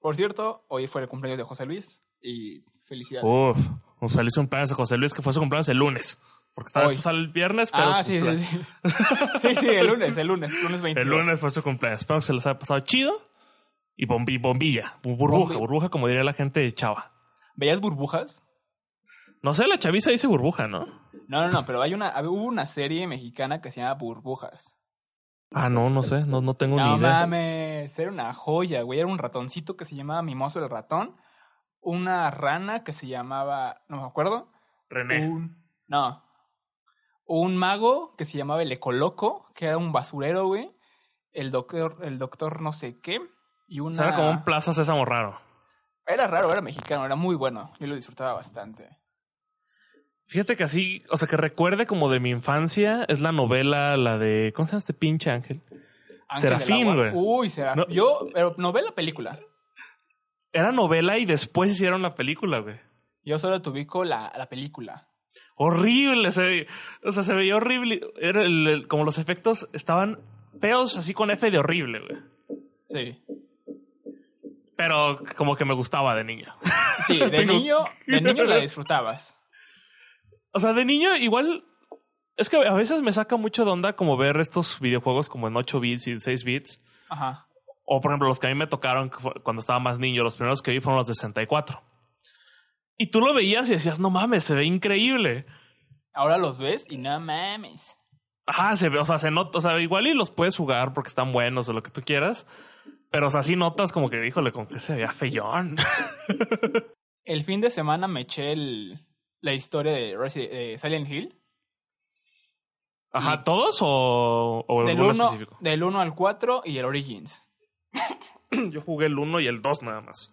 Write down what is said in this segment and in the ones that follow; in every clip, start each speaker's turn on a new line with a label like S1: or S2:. S1: Por cierto, hoy fue el cumpleaños de José Luis y felicidades.
S2: Uf, un feliz cumpleaños a José Luis que fue su cumpleaños el lunes. Porque estaba
S1: Hoy.
S2: esto sale el viernes, pero.
S1: ah,
S2: su
S1: sí, sí,
S2: cumpleaños-
S1: sí. sí, sí, el lunes, el lunes, lunes 22.
S2: El lunes fue su cumpleaños. Espero que se les haya pasado chido. Y bombi- bombilla, bu- burbuja,
S1: Bombi-
S2: burbuja, como diría la gente de Chava.
S1: ¿Veías burbujas?
S2: No sé, la chaviza dice burbuja, ¿no?
S1: No, no, no, pero hay una, hubo una serie mexicana que se llama Burbujas.
S2: Ah, no, no sé, no, no tengo
S1: No
S2: ni idea.
S1: mames, era una joya, güey. Era un ratoncito que se llamaba Mimoso el ratón. Una rana que se llamaba. No me acuerdo.
S2: René.
S1: Un. No. Un mago que se llamaba el Ecoloco, que era un basurero, güey. El doctor, el doctor no sé qué. Y
S2: O
S1: una.
S2: sea, era como un plaza sésamo raro.
S1: Era raro, era mexicano, era muy bueno. Yo lo disfrutaba bastante.
S2: Fíjate que así, o sea, que recuerde como de mi infancia, es la novela, la de. ¿Cómo se llama este pinche ángel?
S1: Ángel del
S2: Serafín,
S1: Agua.
S2: güey.
S1: Uy, Serafín.
S2: No.
S1: Yo, pero novela película.
S2: Era novela y después hicieron la película, güey.
S1: Yo solo te ubico la, la película.
S2: Horrible, se ve- o sea, se veía horrible. Era el- el- como los efectos estaban feos, así con F de horrible, güey.
S1: Sí.
S2: Pero como que me gustaba de niño.
S1: Sí, de
S2: Tengo-
S1: niño, de niño la disfrutabas.
S2: O sea, de niño igual. Es que a veces me saca mucho de onda como ver estos videojuegos como en 8 bits y 6 bits.
S1: Ajá.
S2: O por ejemplo, los que a mí me tocaron cu- cuando estaba más niño, los primeros que vi fueron los de 64. Y tú lo veías y decías, no mames, se ve increíble.
S1: Ahora los ves y no mames.
S2: Ajá, se ve, o sea, se nota, o sea, igual y los puedes jugar porque están buenos o lo que tú quieras. Pero, o sea, sí notas como que, híjole, con que se veía feyón.
S1: El fin de semana me eché el- la historia de, Resi- de Silent Hill.
S2: Ajá, ¿todos o, o
S1: Del
S2: alguno
S1: 1,
S2: específico?
S1: del uno al 4 y el Origins.
S2: Yo jugué el 1 y el 2 nada más.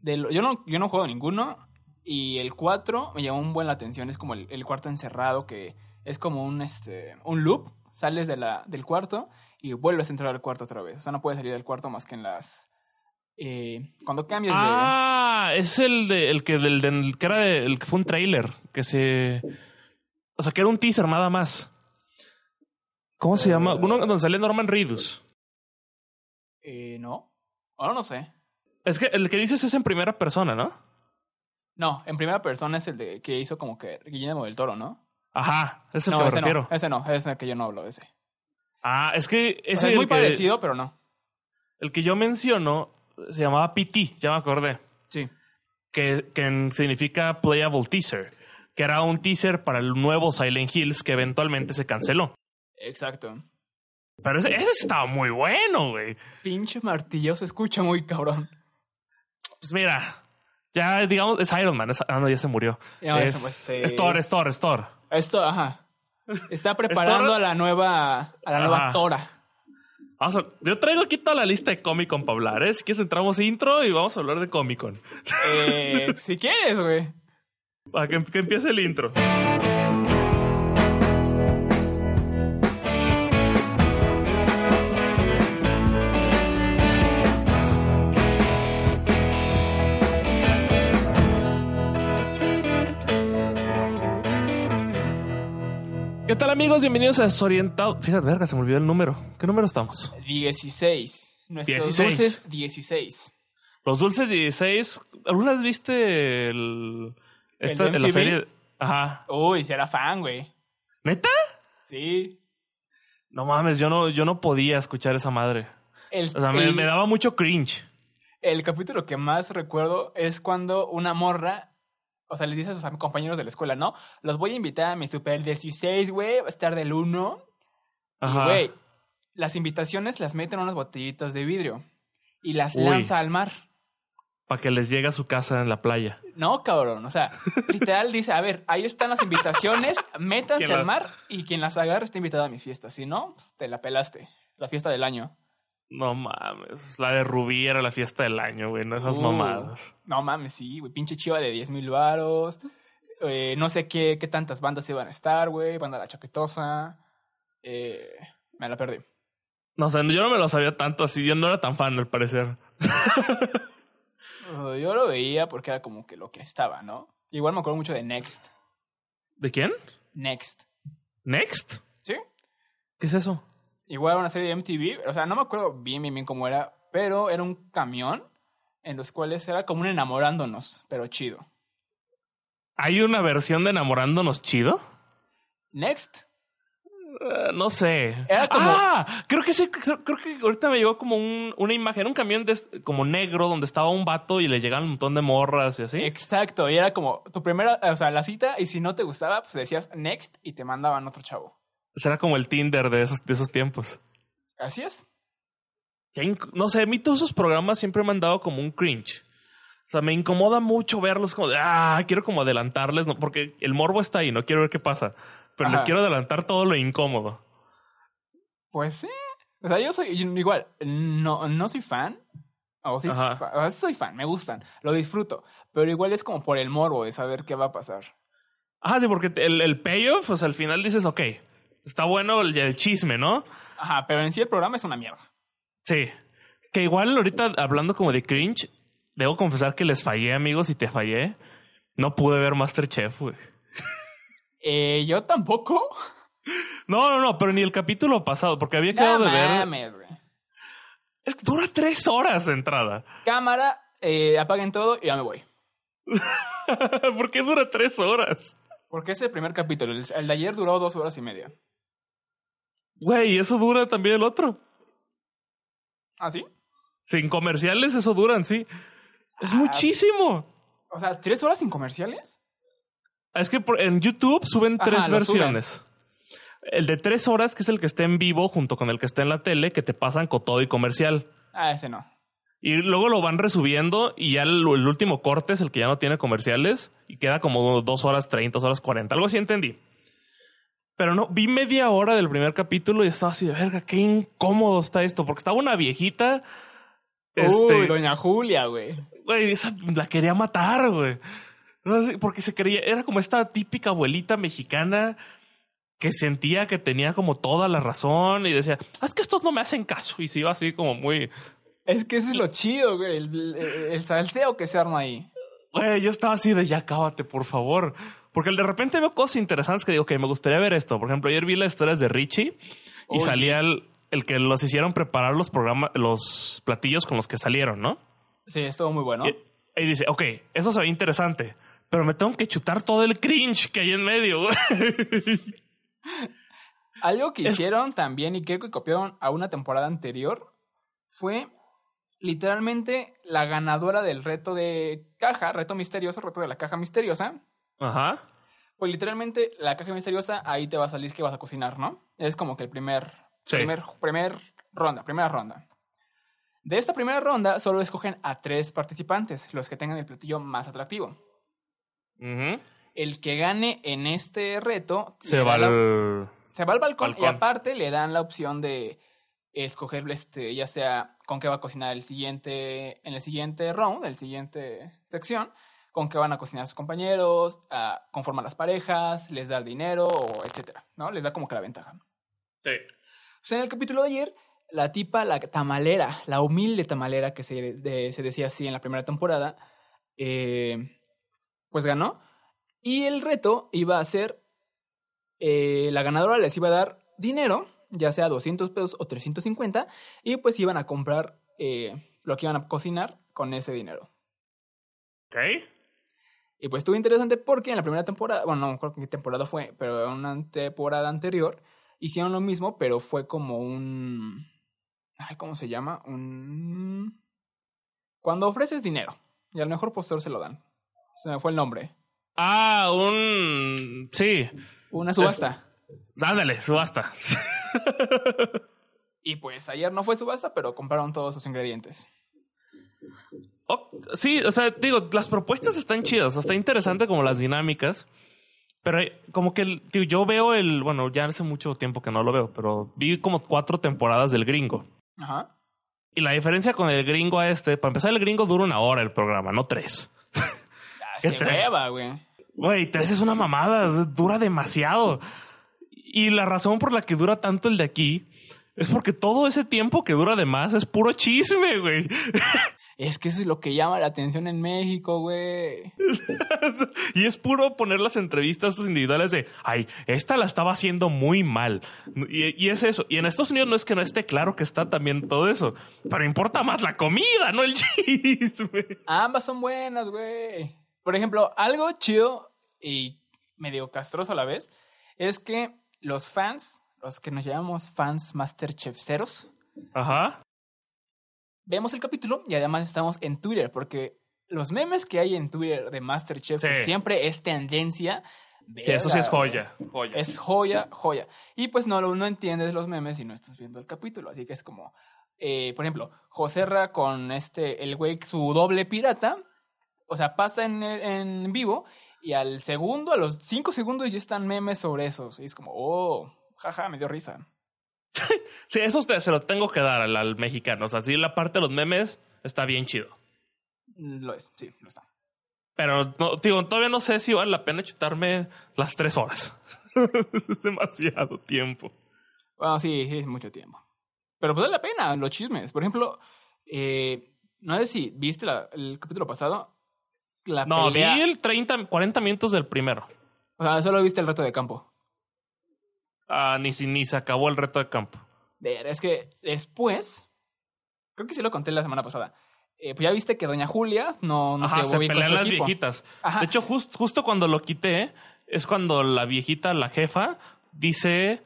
S1: Del- yo, no, yo no juego ninguno. Y el 4 me llamó un buen la atención. Es como el, el cuarto encerrado que es como un, este, un loop. Sales de la, del cuarto y vuelves a entrar al cuarto otra vez. O sea, no puedes salir del cuarto más que en las... eh, cuando cambias de...
S2: Ah, es el de el que del, del- que era de- el que fue un trailer que se o sea que era un teaser nada más. ¿Cómo se llama? Uno donde salía Norman Reedus.
S1: Eh, no. Ahora no sé.
S2: Es que el que dices es en primera persona, ¿no?
S1: No, en primera persona es el de que hizo como que Guillermo del Toro, ¿no?
S2: Ajá, es el
S1: no,
S2: que me
S1: ese
S2: refiero.
S1: no, ese no, ese es el que yo no hablo, ese.
S2: Ah, es que
S1: O
S2: ese
S1: sea, es
S2: el
S1: muy
S2: que-
S1: parecido, pero no.
S2: El que yo menciono se llamaba PT, ya me acordé,
S1: Sí.
S2: que, que en- significa Playable Teaser, que era un teaser para el nuevo Silent Hills que eventualmente se canceló.
S1: Exacto.
S2: Pero ese, ese estaba muy bueno, güey.
S1: Pinche martillo se escucha muy cabrón.
S2: Pues mira, ya digamos, es Iron Man. es- ah, no, ya se murió.
S1: No,
S2: es,
S1: ese, pues, este,
S2: es Thor, es Thor, es Thor.
S1: Esto, ajá. Está preparando
S2: Thor-
S1: a la nueva, a la
S2: Ajá.
S1: nueva Tora.
S2: Vamos a- yo traigo aquí toda la lista de Comic Con para hablar, ¿eh? Si quieres entramos intro y vamos a hablar de Comic Con.
S1: Eh, si quieres, güey.
S2: Para que, que empiece el intro. ¿Qué tal amigos? Bienvenidos a Desorientado. Fíjate, verga, se me olvidó el número. ¿Qué número estamos?
S1: 16. Nuestros
S2: 16.
S1: dulces, 16.
S2: Los Dulces 16. ¿Alguna vez viste el... Esta,
S1: ¿El de
S2: la
S1: MTV?
S2: serie? Ajá.
S1: Uy, si era fan, güey.
S2: ¿Neta?
S1: Sí.
S2: No mames, yo no, yo no podía escuchar esa madre.
S1: El,
S2: O sea, me,
S1: el-
S2: me daba mucho cringe.
S1: El capítulo que más recuerdo es cuando una morra, o sea, le dice a sus am- compañeros de la escuela, ¿no? Los voy a invitar a mi super 16, güey, va a estar del 1. Y,
S2: Ajá.
S1: güey, las invitaciones las meten en unas botellitas de vidrio y las
S2: Uy.
S1: lanza al mar.
S2: Para que les llegue a su casa en la playa.
S1: No, cabrón, o sea, literal dice, a ver, ahí están las invitaciones, métanse
S2: ¿Quién la-
S1: al mar y quien las agarre está invitado a mi fiesta, si no, pues, te la pelaste, la fiesta del año.
S2: No mames. La de Rubí era la fiesta del año, güey. No esas
S1: Uh,
S2: mamadas.
S1: No mames, sí, güey. Pinche chiva de 10 mil varos. Eh, no sé qué, qué tantas bandas iban a estar, güey. Banda La Chaquetosa. Eh, me la perdí.
S2: No sé, yo no me lo sabía tanto así. Yo no era tan fan, al parecer.
S1: Uh, yo lo veía porque era como que lo que estaba, ¿no? Igual me acuerdo mucho de Next.
S2: ¿De quién?
S1: Next.
S2: ¿Next?
S1: ¿Sí?
S2: ¿Qué es eso?
S1: Igual una serie de MTV. O sea, no me acuerdo bien, bien, bien cómo era. Pero era un camión en los cuales era como un enamorándonos, pero chido.
S2: ¿Hay una versión de Enamorándonos chido?
S1: Next.
S2: Eh, no sé.
S1: Era como-
S2: Ah, creo que sí, creo creo que ahorita me llegó como un- una imagen, era un camión de est- como negro donde estaba un vato y le llegaban un montón de morras y así.
S1: Exacto. Y era como tu primera, o sea, la cita. Y si no te gustaba, pues decías Next y te mandaban otro chavo.
S2: Será como el Tinder de esos, de esos tiempos.
S1: Así es.
S2: Qué inc- No sé, a mí todos esos programas siempre me han dado como un cringe. O sea, me incomoda mucho verlos como de, ah, quiero como adelantarles, no, porque el morbo está ahí, no quiero ver qué pasa. Pero
S1: Ajá.
S2: le quiero adelantar todo lo incómodo.
S1: Pues sí. O sea, yo soy yo- igual, no, no soy fan. O sí, soy
S2: Ajá.
S1: fan, o sea, soy fan, me gustan, lo disfruto. Pero igual es como por el morbo de saber qué va a pasar.
S2: Ah, sí, porque el, el payoff, o sea, al final dices, ok, está bueno el, el chisme, ¿no?
S1: Ajá, pero en sí el programa es una mierda.
S2: Sí. Que igual ahorita hablando como de cringe, debo confesar que les fallé, amigos, y te fallé. No pude ver Masterchef, güey.
S1: Eh, yo tampoco.
S2: No, no, no, pero ni el capítulo pasado, porque había quedado
S1: No
S2: de ver.
S1: mames, güey.
S2: Es que dura tres horas de entrada.
S1: Cámara, eh, apaguen todo y ya me voy.
S2: ¿Por qué dura tres horas?
S1: Porque es el primer capítulo. El, el de ayer duró dos horas y media.
S2: Güey, eso dura también el otro.
S1: ¿Ah, sí?
S2: Sin comerciales, eso duran, sí. Es
S1: Ah.
S2: muchísimo.
S1: O sea, ¿tres horas sin comerciales?
S2: Es que por- en YouTube suben
S1: Ajá,
S2: tres
S1: lo
S2: versiones. El de tres horas, que es el que está en vivo junto con el que está en la tele, que te pasan con todo y comercial.
S1: Ah, ese no.
S2: Y luego lo van resubiendo y ya el, el último corte es el que ya no tiene comerciales y queda como dos horas 30, dos horas 40, algo así entendí. Pero no, vi media hora del primer capítulo y estaba así de verga, qué incómodo está esto, porque estaba una viejita.
S1: Uy,
S2: Este,
S1: Doña Julia, güey.
S2: güey, esa la quería matar, güey. No sé, porque se creía, era como esta típica abuelita mexicana que sentía que tenía como toda la razón y decía, es que estos no me hacen caso. Y se iba así como muy,
S1: Es que ese es lo chido, güey. El, el- el salseo que se arma ahí.
S2: Güey, yo estaba así de ya cábate, por favor. Porque de repente veo cosas interesantes que digo, ok, me gustaría ver esto. Por ejemplo, ayer vi las historias de Richie y
S1: Uy,
S2: salía el, el que los hicieron preparar los programas, los platillos con los que salieron, ¿no?
S1: Sí, estuvo muy bueno.
S2: Y, y dice, ok, eso se ve interesante, pero me tengo que chutar todo el cringe que hay en medio, güey.
S1: Algo que
S2: Es-
S1: hicieron también y creo que copiaron a una temporada anterior fue literalmente la ganadora del reto de caja, reto misterioso, reto de la caja misteriosa.
S2: Ajá.
S1: Pues literalmente la caja misteriosa ahí te va a salir que vas a cocinar, ¿no? Es como que el primer,
S2: Sí.
S1: primer, primer ronda, primera ronda. De esta primera ronda solo escogen a tres participantes, los que tengan el platillo más atractivo.
S2: Ujú.
S1: El que gane en este reto
S2: Se
S1: le
S2: va
S1: da la-
S2: al...
S1: se va al balcón, y
S2: Balcón.
S1: aparte le dan la opción de escoger este ya sea con qué va a cocinar el siguiente en el siguiente round, el siguiente sección, con qué van a cocinar sus compañeros, a conformar las parejas, les da el dinero o etcétera, ¿no? Les da como que la ventaja.
S2: Sí.
S1: Pues en el capítulo de ayer la tipa, la tamalera, la humilde tamalera que se, de- se decía así en la primera temporada, eh, pues ganó. Y el reto iba a ser, eh, la ganadora les iba a dar dinero, ya sea 200 pesos o 350, y pues iban a comprar eh, lo que iban a cocinar con ese dinero.
S2: Ok.
S1: Y pues estuvo interesante porque en la primera temporada, bueno, no me acuerdo qué temporada fue, pero en una temporada anterior hicieron lo mismo, pero fue como un. Ay, ¿cómo se llama? Un. Cuando ofreces dinero y al mejor postor se lo dan. Se me fue el nombre.
S2: Ah, un... Sí.
S1: Una subasta.
S2: Ándale, subasta.
S1: Y pues ayer no fue subasta, pero compraron todos sus ingredientes.
S2: Oh, sí, o sea, digo, las propuestas están chidas, está interesante como las dinámicas, pero eh, como que el- tío, yo veo el, bueno, ya hace mucho tiempo que no lo veo, pero vi como cuatro temporadas del gringo.
S1: Ajá.
S2: Y la diferencia con el gringo a este, para empezar, el gringo dura una hora el programa, no tres.
S1: Ah,
S2: ¿Qué
S1: es que
S2: tres?
S1: hueva, güey.
S2: Güey, tres es una mamada, es- dura demasiado. Y la razón por la que dura tanto el de aquí es porque todo ese tiempo que dura de más es puro chisme, güey.
S1: Es que eso es lo que llama la atención en México, güey.
S2: y es puro poner las entrevistas individuales de, ay, esta la estaba haciendo muy mal. Y, y es eso. Y en Estados Unidos no es que no esté claro que está también todo eso, pero importa más la comida, no el chisme.
S1: Ambas son buenas, güey. Por ejemplo, algo chido y medio castroso a la vez es que los fans, los que nos llamamos fans Masterchefceros,
S2: Ajá.
S1: vemos el capítulo y además estamos en Twitter porque los memes que hay en Twitter de Masterchef que
S2: Sí.
S1: siempre es tendencia.
S2: Que eso sí es
S1: verga, güey.
S2: joya. joya.
S1: Es joya, joya. Y pues no, lo- no entiendes los memes si no estás viendo el capítulo. Así que es como, eh, por ejemplo, Joserra con este, el güey, su doble pirata. O sea, pasa en, en vivo y al segundo, a los cinco segundos ya están memes sobre esos. Y es como, oh, jaja, me dio risa.
S2: Sí, eso te- se lo tengo que dar al, al mexicano. O sea, sí, la parte de los memes está bien chido.
S1: Lo es, sí, lo está.
S2: Pero no- digo, todavía no sé si vale la pena chutarme las tres horas. es demasiado tiempo.
S1: Bueno, sí, sí, es mucho tiempo. Pero pues vale la pena, los chismes. Por ejemplo, eh, no sé si viste la- el capítulo pasado. La
S2: No, vi
S1: pelea-
S2: el 30, 40 minutos del primero.
S1: O sea, solo viste el reto de campo.
S2: Ah, ni, si- ni se acabó el reto de campo.
S1: Ver, es que después, creo que sí lo conté la semana pasada. Eh, pues ya viste que Doña Julia no, no
S2: Ajá,
S1: se
S2: se
S1: llevó bien con
S2: pelean
S1: su
S2: las
S1: equipo.
S2: viejitas.
S1: Ajá.
S2: De hecho, jus- justo cuando lo quité, es cuando la viejita, la jefa, dice: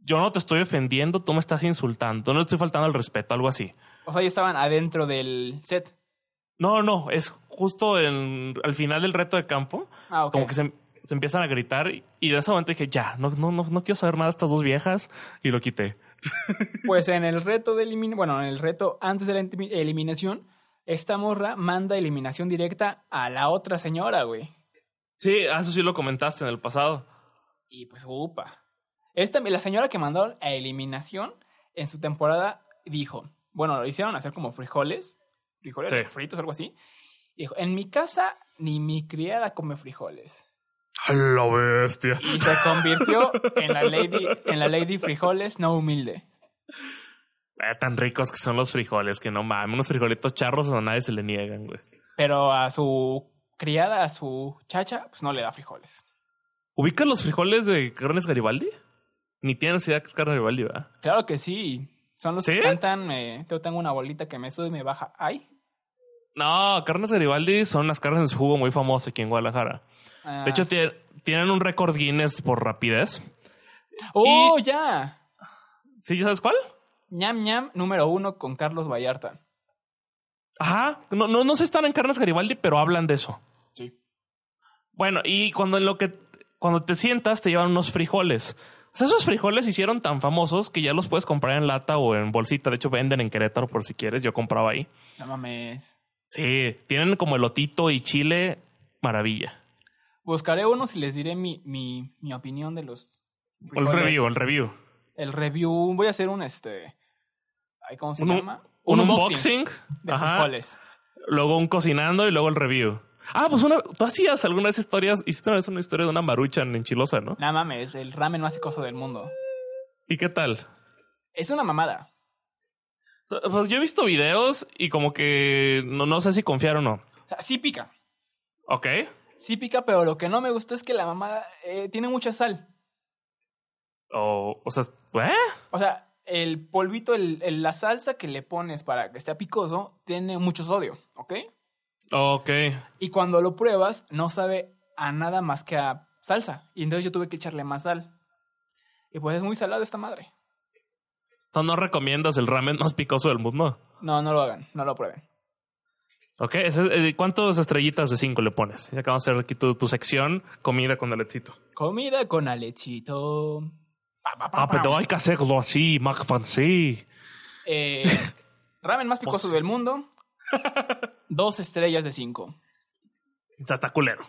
S2: Yo no te estoy ofendiendo, tú me estás insultando, no le estoy faltando al respeto, algo así.
S1: O sea, ya estaban adentro del set.
S2: No, no, es justo en- al final del reto de campo.
S1: Ah, ok.
S2: Como que se, se empiezan a gritar y, y de ese momento dije, ya, no, no, no, no quiero saber nada de estas dos viejas y lo quité.
S1: Pues en el reto de eliminación, bueno, en el reto antes de la intimi- eliminación, esta morra manda eliminación directa a la otra señora, güey.
S2: Sí, ah, eso sí lo comentaste en el pasado.
S1: Y pues, upa. Esta, la señora que mandó a eliminación en su temporada dijo, bueno, lo hicieron hacer como frijoles, frijoles
S2: Sí.
S1: fritos, algo así. Y dijo, en mi casa ni mi criada come frijoles.
S2: A la bestia.
S1: Y se convirtió en la lady, en la lady frijoles no humilde.
S2: Ah, tan ricos que son los frijoles, que no mames, unos frijolitos charros a nadie se le niegan, güey.
S1: Pero a su criada, a su chacha, pues no le da frijoles.
S2: ¿Ubicas los frijoles de carnes Garibaldi? Ni tienes idea que es carne Garibaldi, ¿verdad?
S1: Claro que sí. Son los
S2: ¿Sí?
S1: que cantan, eh, yo tengo una bolita que me sube y me baja. Ay.
S2: No, carnes Garibaldi son las carnes en su jugo muy famosas aquí en Guadalajara.
S1: Ah.
S2: De hecho, tie- tienen un récord Guinness por rapidez.
S1: ¡Oh, ya!
S2: ¿Sí? ¿Ya sabes cuál?
S1: ñam ñam número uno con Carlos Vallarta.
S2: Ajá, no, no, no se están en Carnes Garibaldi, pero hablan de eso.
S1: Sí.
S2: Bueno, y cuando en lo que cuando te sientas te llevan unos frijoles. O sea, esos frijoles se hicieron tan famosos que ya los puedes comprar en lata o en bolsita. De hecho, venden en Querétaro por si quieres. Yo compraba ahí.
S1: No mames.
S2: Sí, tienen como elotito y chile. Maravilla.
S1: Buscaré unos y les diré mi, mi, mi opinión de los.
S2: O el
S1: frijoles.
S2: review, el review.
S1: El review. Voy a hacer un este. ay, ¿Cómo se
S2: Un-
S1: llama?
S2: Un, unboxing.
S1: de
S2: Ajá.
S1: frijoles.
S2: Luego un cocinando y luego el review. Ah, pues una. Tú hacías alguna vez historias. Hiciste una vez una historia de una marucha en Chilosa, ¿no?
S1: No mames, el ramen más picoso del mundo.
S2: ¿Y qué tal?
S1: Es una mamada.
S2: Pues yo he visto videos y como que no, no sé si confiar o no.
S1: O sea, sí pica.
S2: Ok.
S1: Sí pica, pero lo que no me gustó es que la mamada eh, tiene mucha sal.
S2: O, o sea, ¿eh?
S1: O sea, el polvito, el- el- la salsa que le pones para que esté picoso, tiene mucho sodio, ¿ok?
S2: Ok.
S1: Y cuando lo pruebas, no sabe a nada más que a salsa. Y entonces yo tuve que echarle más sal. Y pues es muy salado esta madre.
S2: ¿Tú no recomiendas el ramen más picoso del mundo?
S1: No, no lo hagan, no lo prueben.
S2: Ok. ese- eh, ¿Cuántas estrellitas de cinco le pones? Ya acabamos de hacer aquí tu, tu sección, comida con aletito.
S1: Comida con alechito. Pa, pa, pa,
S2: Ah,
S1: pa.
S2: pero hay que hacerlo así, más fancy.
S1: Eh, ramen más picoso
S2: Pues-
S1: del mundo. Dos estrellas de cinco.
S2: O sea, está culero.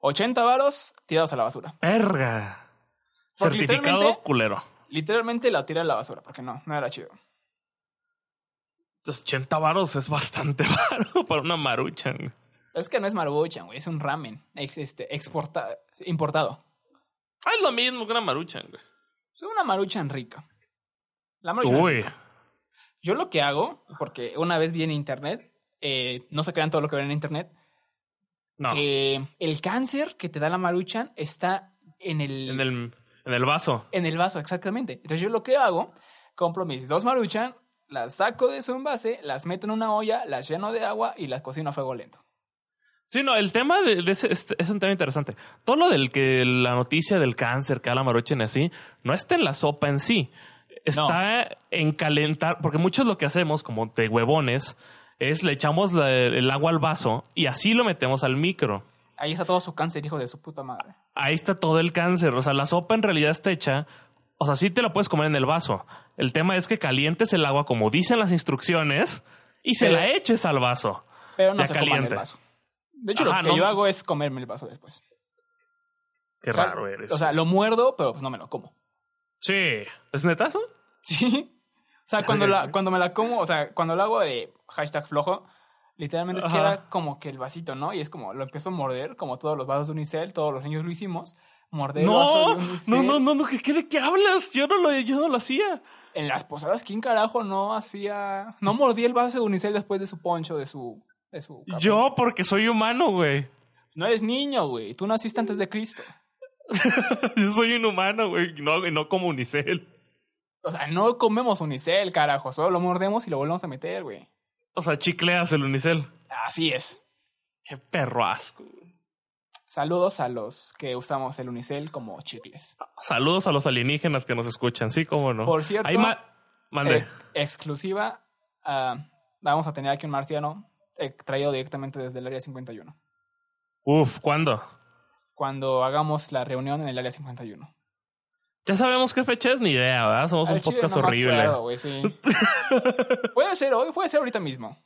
S1: 80 varos tirados a la basura.
S2: Verga.
S1: Porque
S2: Certificado
S1: literalmente-
S2: culero.
S1: Literalmente la tiré a la basura, porque no, no era chido.
S2: 80 varos es bastante varo para una maruchan.
S1: Es que no es maruchan, güey, es un ramen ex- este, exporta- importado.
S2: Ah, es lo mismo que una maruchan, güey.
S1: Es una maruchan rica. La maruchan es
S2: Uy.
S1: rica. Yo lo que hago, porque una vez vi en internet, eh, no se crean todo lo que ven en internet,
S2: No.
S1: que el cáncer que te da la maruchan está en el,
S2: En el, en el vaso.
S1: en el vaso, exactamente. Entonces yo lo que hago, compro mis dos maruchan, las saco de su envase, las meto en una olla, las lleno de agua y las cocino a fuego lento.
S2: Sí, no, el tema de, de ese este- es un tema interesante. Todo lo del que la noticia del cáncer que da la maruchan y así, no está en la sopa en sí. Está en calentar, porque muchos lo que hacemos, como de huevones, es le echamos la- el agua al vaso y así lo metemos al micro.
S1: Ahí está todo su cáncer, hijo de su puta madre.
S2: ahí está todo el cáncer. O sea, la sopa en realidad está hecha. O sea, sí te la puedes comer en el vaso. El tema es que calientes el agua como dicen las instrucciones y se
S1: Pero-
S2: la eches al vaso.
S1: Pero no
S2: Ya
S1: se coman
S2: caliente.
S1: el vaso. De hecho,
S2: Ajá,
S1: lo que
S2: no.
S1: yo hago es comerme el vaso después.
S2: Qué
S1: O sea,
S2: raro eres.
S1: O sea, lo muerdo, pero pues no me lo como.
S2: sí. ¿Es netazo?
S1: Sí. O
S2: Ah,
S1: sea, cuando, la, cuando me la como, o sea, cuando lo hago de hashtag flojo, literalmente
S2: Ajá.
S1: queda como que el vasito, ¿no? Y es como, lo empiezo a morder, como todos los vasos de Unicel, todos los niños lo hicimos. Morder el vaso
S2: No,
S1: de
S2: no,
S1: Unicel.
S2: no, no, no, ¿qué, qué- de qué hablas? Yo no lo, yo no lo hacía.
S1: En las posadas, ¿quién carajo no hacía. No mordía el vaso de Unicel después de su poncho, de su. De su capucha?
S2: Yo porque soy humano, güey.
S1: No eres niño, güey. Tú naciste antes de Cristo.
S2: Yo soy inhumano, güey. No, no como unicel.
S1: O sea, no comemos Unicel, carajo. Solo lo mordemos y lo volvemos a meter, güey.
S2: O sea, chicleas el unicel.
S1: Así es.
S2: Qué perro asco.
S1: Saludos a los que usamos el Unicel como chicles.
S2: Saludos a los alienígenas que nos escuchan, sí, cómo no.
S1: Por cierto,
S2: Ahí ma- mande.
S1: Eh, exclusiva. ah, vamos a tener aquí un marciano eh, traído directamente desde el área 51.
S2: Uf, ¿cuándo?
S1: Cuando hagamos la reunión en el área 51.
S2: Ya sabemos qué fecha es, ni idea, ¿verdad? Somos
S1: Al
S2: un
S1: chile
S2: podcast
S1: no me
S2: horrible.
S1: acuerdo, güey, sí. puede ser hoy, puede ser ahorita mismo.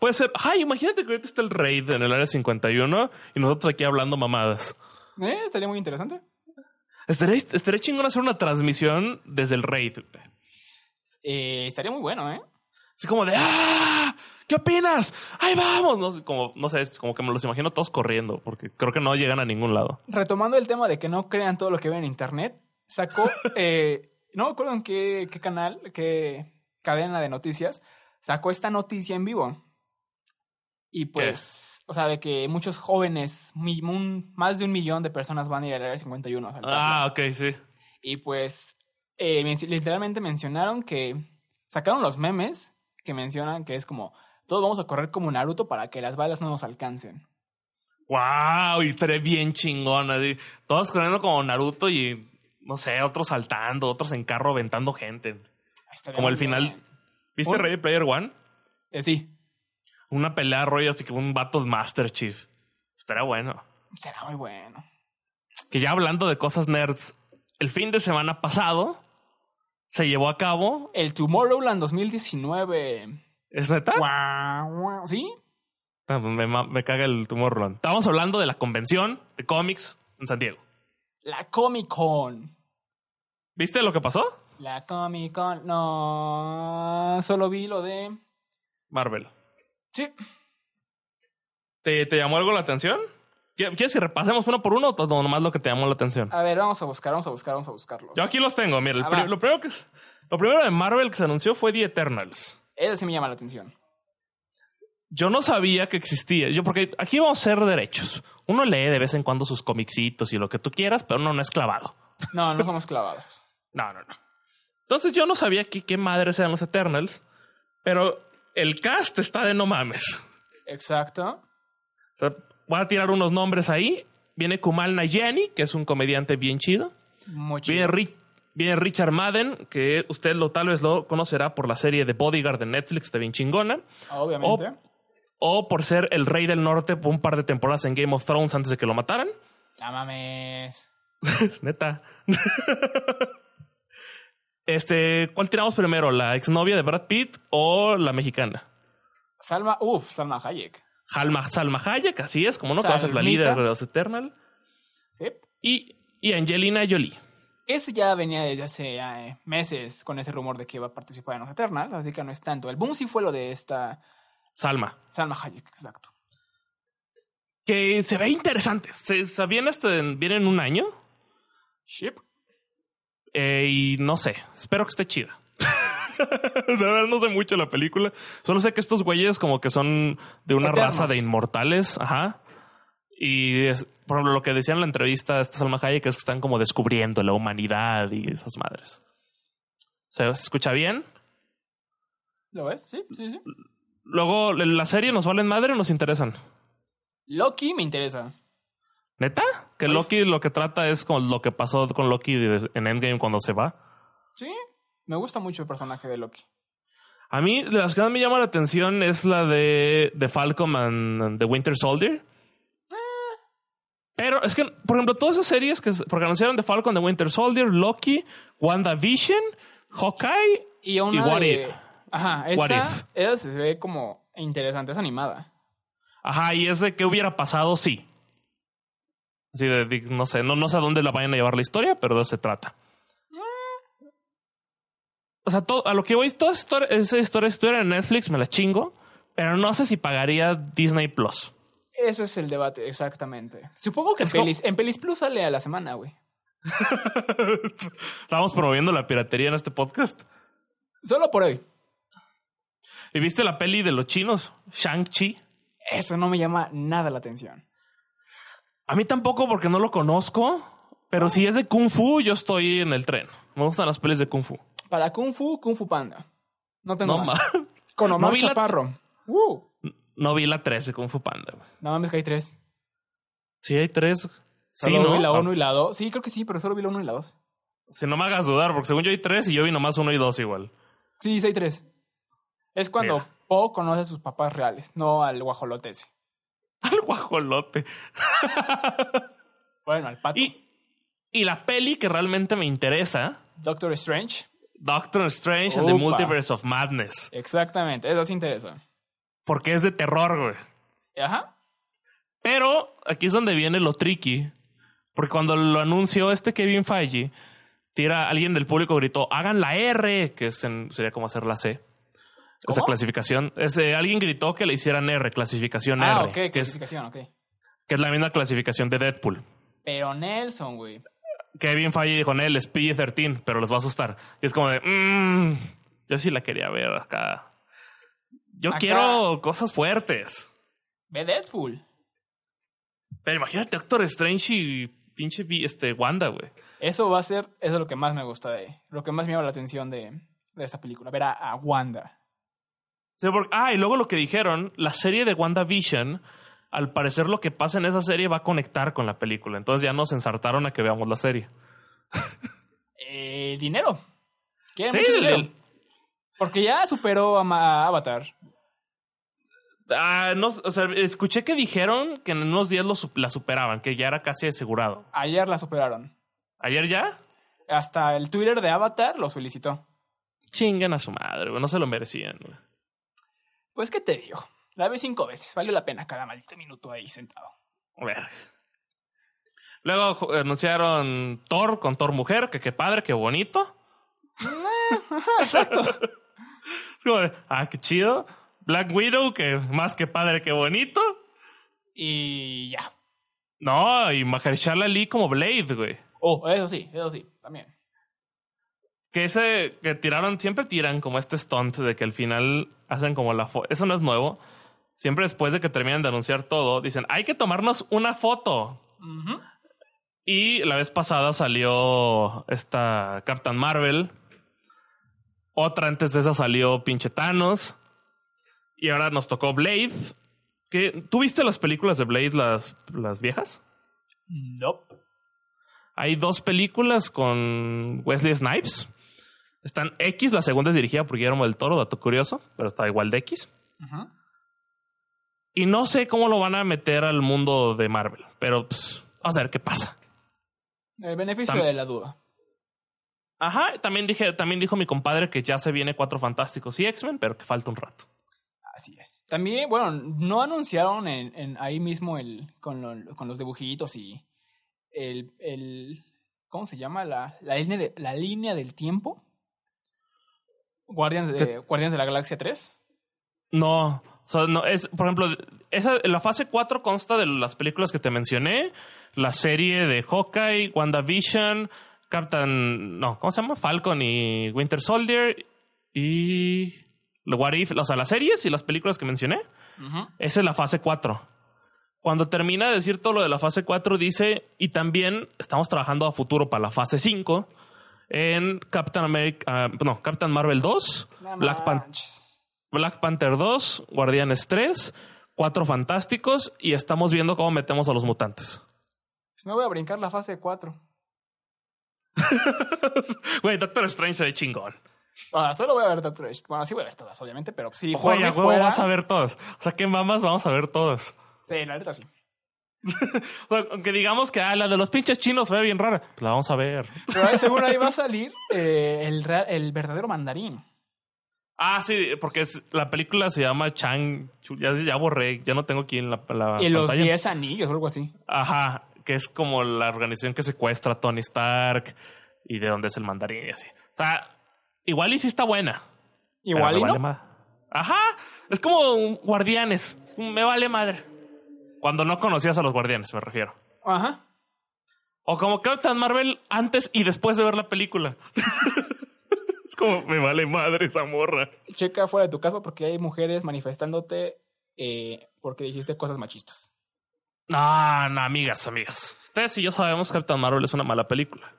S2: Puede ser. Ay, imagínate que ahorita está el raid en el área 51 y nosotros aquí hablando mamadas.
S1: Eh, estaría muy interesante.
S2: Estaría, estaría chingón hacer una transmisión desde el raid.
S1: Eh, estaría muy bueno, ¿eh?
S2: Así como de ¡Ah! ¿Qué opinas? ¡Ahí vamos! No, sé, como, no sé, es como que me los imagino todos corriendo, porque creo que no llegan a ningún lado.
S1: Retomando el tema de que no crean todo lo que ven en internet, sacó, eh, no me acuerdo en qué, qué canal, qué cadena de noticias, sacó esta noticia en vivo. Y pues, o sea, de que muchos jóvenes, mi- un- más de un millón de personas van a ir al área 51. a saltarlo.
S2: Ah, ok, sí.
S1: Y pues, eh, men- literalmente mencionaron que sacaron los memes que mencionan que es como, todos vamos a correr como Naruto para que las balas no nos alcancen.
S2: ¡Wow! Y estaría bien chingón. así. Todos corriendo como Naruto y, no sé, otros saltando, otros en carro aventando gente.
S1: Estaría
S2: Como
S1: muy
S2: el final.
S1: bien.
S2: ¿Viste
S1: Un-
S2: Ready Player One?
S1: Eh, sí,
S2: Una pelea rollo así que un vato de Master Chief. Estará bueno.
S1: será muy bueno.
S2: Que ya hablando de cosas nerds, el fin de semana pasado se llevó a cabo.
S1: El Tomorrowland 2019.
S2: ¿Es neta?
S1: Guau, guau. ¿Sí?
S2: Ah, Me, ma- me caga el tumor Ron. Estábamos hablando de la convención de cómics en San Diego.
S1: La Comic Con.
S2: ¿Viste lo que pasó?
S1: La Comic Con. No. Solo vi lo de.
S2: Marvel.
S1: Sí.
S2: ¿Te, te llamó algo la atención? ¿Qui- ¿Quieres que repasemos uno por uno o todo nomás lo que te llamó la atención?
S1: A ver, vamos a buscar, vamos a buscar, vamos a buscarlo.
S2: Yo aquí los tengo. Mira, el
S1: Ah,
S2: pri-
S1: va.
S2: lo, primero que, es- lo primero de Marvel que se anunció fue The Eternals.
S1: Ese sí me llama la atención.
S2: Yo no sabía que existía. Yo, porque aquí vamos a ser derechos. Uno lee de vez en cuando sus comicitos y lo que tú quieras, pero uno no es clavado.
S1: No, no somos clavados.
S2: No, no, no. Entonces yo no sabía que, qué madres eran los Eternals, pero el cast está de no mames.
S1: Exacto.
S2: O sea, voy a tirar unos nombres ahí. Viene Kumal Nayani, que es un comediante bien chido.
S1: Muy chido.
S2: Viene, Ri- viene Richard Madden, que usted lo, tal vez lo conocerá por la serie de Bodyguard de Netflix, está bien chingona.
S1: Obviamente.
S2: O por ser el rey del norte por un par de temporadas en Game of Thrones antes de que lo mataran.
S1: La mames.
S2: Neta. este, ¿cuál tiramos primero? ¿La exnovia de Brad Pitt o la mexicana?
S1: Salma. Uf, Salma Hayek.
S2: Halma, Salma Hayek, así es, como no, que va a ser la
S1: Salmita.
S2: líder de los Eternal.
S1: Sí.
S2: Y, y Angelina Jolie.
S1: Ese ya venía desde hace eh, meses con ese rumor de que iba a participar en los Eternals, así que no es tanto. El boom sí fue lo de esta
S2: Salma.
S1: Salma Hayek, exacto.
S2: Que se ve interesante. Se, se viene, hasta en- viene en un año.
S1: Ship.
S2: Eh, y no sé, espero que esté chida. De verdad no sé mucho de la película. Solo sé que estos güeyes como que son de una
S1: Eternos.
S2: raza de inmortales. Ajá. Y es, por ejemplo, lo que decía en la entrevista de esta Salma Hayek que es que están como descubriendo la humanidad y esas madres. O sea, ¿se escucha bien?
S1: ¿Lo ves? Sí, sí, sí.
S2: Luego, ¿la serie nos valen madre o nos interesan?
S1: Loki me interesa.
S2: ¿Neta? Que
S1: Sí.
S2: Loki lo que trata es con lo que pasó con Loki de- en Endgame cuando se va.
S1: Sí, me gusta mucho el personaje de Loki.
S2: A mí, de las que más me llama la atención es la de, de Falcon and, and The Winter Soldier. Pero es que, por ejemplo, todas esas series que se- porque anunciaron de Falcon, The Winter Soldier, Loki, WandaVision, Hawkeye.
S1: Y una
S2: What
S1: de-
S2: If.
S1: Ajá,
S2: What
S1: esa,
S2: If.
S1: esa se ve como interesante, es animada.
S2: Ajá, y es de qué hubiera pasado sí. Así de, de- no sé, no, no sé a dónde la vayan a llevar la historia, pero de eso se trata. O sea, todo- a lo que voy, todas esas histori- esas historias, si estuvieran en Netflix, me las chingo, pero no sé si pagaría Disney Plus.
S1: Ese es el debate, exactamente. Supongo que en
S2: Es como-
S1: Pelis, en Pelis Plus sale a la semana, güey.
S2: Estamos promoviendo la piratería en este podcast.
S1: Solo por hoy.
S2: ¿Y viste la peli de los chinos? Shang-Chi.
S1: Eso no me llama nada la atención.
S2: A mí tampoco porque no lo conozco, pero si es de Kung Fu, yo estoy en el tren. Me gustan las pelis de Kung Fu.
S1: Para Kung Fu, Kung Fu Panda. No tengo
S2: No,
S1: más.
S2: ma-
S1: Con Omar
S2: No vi la-
S1: Chaparro. Uh,
S2: no vi la 3 de Kung Fu Panda. güey.
S1: no mames que hay tres.
S2: Sí, hay tres. Sí,
S1: Solo
S2: ¿no?
S1: vi la
S2: Ah,
S1: 1 y la 2. Sí, creo que sí, pero solo vi la 1 y la 2.
S2: Si no me hagas dudar, porque según yo hay tres y yo vi nomás uno y dos igual.
S1: Sí, sí hay tres. Es cuando
S2: Mira.
S1: Po conoce a sus papás reales, no al guajolote ese.
S2: Al guajolote.
S1: Bueno, al pato.
S2: Y, y la peli que realmente me interesa,
S1: Doctor Strange.
S2: Doctor Strange and the
S1: Opa.
S2: Multiverse of Madness.
S1: Exactamente, eso sí interesa.
S2: Porque es de terror, güey.
S1: Ajá.
S2: Pero aquí es donde viene lo tricky. Porque cuando lo anunció este Kevin Feige, tira alguien del público gritó, hagan la R, que es en- sería como hacer la C. Esa
S1: ¿Cómo?
S2: clasificación. Ese, alguien gritó que le hicieran R, clasificación
S1: Ah,
S2: R.
S1: ok,
S2: que, es,
S1: clasificación, ok.
S2: que es la misma clasificación de Deadpool.
S1: Pero Nelson, güey.
S2: Kevin Feige dijo, Nel, es PG-13, pero los va a asustar. Y es como de, "Mm, yo sí la quería ver acá. Yo
S1: Acá.
S2: quiero cosas fuertes.
S1: Ve Deadpool.
S2: Pero imagínate Doctor Strange y pinche vi- este, Wanda, güey.
S1: Eso va a ser, eso es lo que más me gusta de, lo que más me llama la atención de, de esta película. Ver a, a Wanda.
S2: Sí, porque- ah, y luego lo que dijeron, la serie de WandaVision, al parecer lo que pasa en esa serie va a conectar con la película. Entonces ya nos ensartaron a que veamos la serie.
S1: Eh, dinero. Quieren
S2: Sí,
S1: mucho
S2: el-
S1: dinero. Porque ya superó a Ma- Avatar.
S2: Ah, no, o sea, escuché que dijeron que en unos días lo, su- la superaban, que ya era casi asegurado.
S1: Ayer la superaron.
S2: ¿Ayer ya?
S1: Hasta el Twitter de Avatar los felicitó.
S2: Chingan a su madre, güey, no se lo merecían. güey.
S1: Pues, ¿qué te digo? La vi cinco veces. Valió la pena cada maldito minuto ahí sentado.
S2: A ver. Luego ju- anunciaron Thor con Thor Mujer, que qué padre, qué bonito.
S1: Exacto.
S2: Como de, Ah, qué chido. Black Widow, que más que padre, qué bonito.
S1: Y ya.
S2: No, y Mahershala Ali como Blade, güey.
S1: Oh, eso sí, eso sí, también.
S2: Que ese que tiraron, siempre tiran como este stunt de que al final hacen como la foto. Eso no es nuevo. Siempre después de que terminan de anunciar todo, dicen, hay que tomarnos una foto.
S1: Ujú.
S2: Y la vez pasada salió esta Captain Marvel. Otra antes de esa salió pinche Thanos. Y ahora nos tocó Blade. Que, ¿Tú viste las películas de Blade, las, las viejas?
S1: Nope.
S2: Hay dos películas con Wesley Snipes. Están X, la segunda es dirigida por Guillermo del Toro, dato curioso, pero está igual de X.
S1: Ujú.
S2: Y no sé cómo lo van a meter al mundo de Marvel, pero pues, vamos a ver qué pasa.
S1: El beneficio
S2: Tam-
S1: de la duda.
S2: Ajá, también, dije, también dijo mi compadre que ya se viene Cuatro Fantásticos y X-Men, pero que falta un rato.
S1: Así es. También, bueno, no anunciaron en, en ahí mismo el con, lo- con los dibujitos y el, el- ¿Cómo se llama? La, la línea, de, la línea del tiempo. Guardians de, Guardians de la Galaxia 3.
S2: No, o sea, no es, por ejemplo, esa, la fase 4 consta de las películas que te mencioné, la serie de Hawkeye, WandaVision, Captain, no, ¿cómo se llama? Falcon y Winter Soldier y lo What If, o sea, las series y las películas que mencioné.
S1: Ujú.
S2: Esa es la fase 4. Cuando termina de decir todo lo de la fase 4, dice, y también estamos trabajando a futuro para la fase 5 en Captain America, ah, no, Captain Marvel 2,
S1: No
S2: Black, Pan-
S1: manches.
S2: Black Panther 2, Guardianes 3, Cuatro Fantásticos y estamos viendo cómo metemos a los mutantes.
S1: Me voy a brincar la fase 4.
S2: Güey, Doctor Strange se ve chingón.
S1: Ah, solo voy a ver Doctor Strange. Bueno, sí voy a ver todas, obviamente, pero sí,
S2: Güey, a
S1: Jorge
S2: huevo
S1: fuera.
S2: vas a ver todos. O sea, ¿qué mamas vamos a ver todos?
S1: Sí, la neta sí.
S2: O sea, aunque digamos que ah, la de los pinches chinos se ve bien rara, pues la vamos a ver.
S1: Pero ahí seguro ahí va a salir eh, el, real- el verdadero mandarín.
S2: Ah, sí, porque es- la película se llama Chang. Chu- Ya, ya borré, ya no tengo aquí en la, la
S1: y los
S2: Ah, pantalla.
S1: 10 anillos o algo así.
S2: Ajá, que es como la organización que secuestra a Tony Stark y de dónde es el mandarín y así. O sea, igual y sí está buena. pero
S1: Igual
S2: me
S1: y
S2: vale
S1: no.
S2: ma- Ajá, es como un guardianes. es un me vale madre. Cuando no conocías a los guardianes, me refiero.
S1: Ajá.
S2: O como Captain Marvel antes y después de ver la película. es como me vale madre esa morra.
S1: Checa fuera de tu casa porque hay mujeres manifestándote eh, porque dijiste cosas machistas.
S2: Ah, No, no, amigas, amigas. Ustedes y yo sabemos que Captain Marvel es una mala película.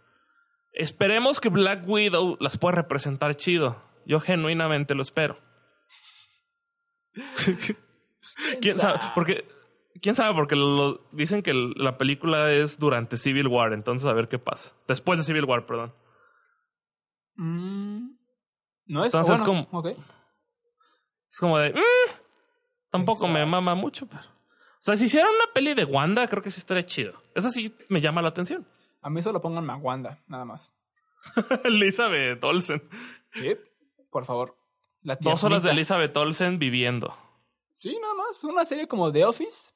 S2: Esperemos que Black Widow las pueda representar chido. Yo genuinamente lo espero. ¿Quién sabe? Porque, ¿Quién sabe? Porque lo- dicen que el- la película es durante Civil War, entonces a ver qué pasa. Después de Civil War, perdón.
S1: Mm, no es
S2: Entonces,
S1: bueno, ok.
S2: Es como de... "Mm, tampoco me
S1: Exacto.
S2: mama mucho, pero... O sea, si hicieran una peli de Wanda, creo que sí estaría chido. Esa sí me llama la atención.
S1: A mí solo pongan Maguanda, nada más.
S2: Elizabeth Olsen.
S1: Sí, por favor. La
S2: Dos horas de
S1: tiernita.
S2: Elizabeth Olsen viviendo.
S1: Sí, nada más. Una serie como The Office,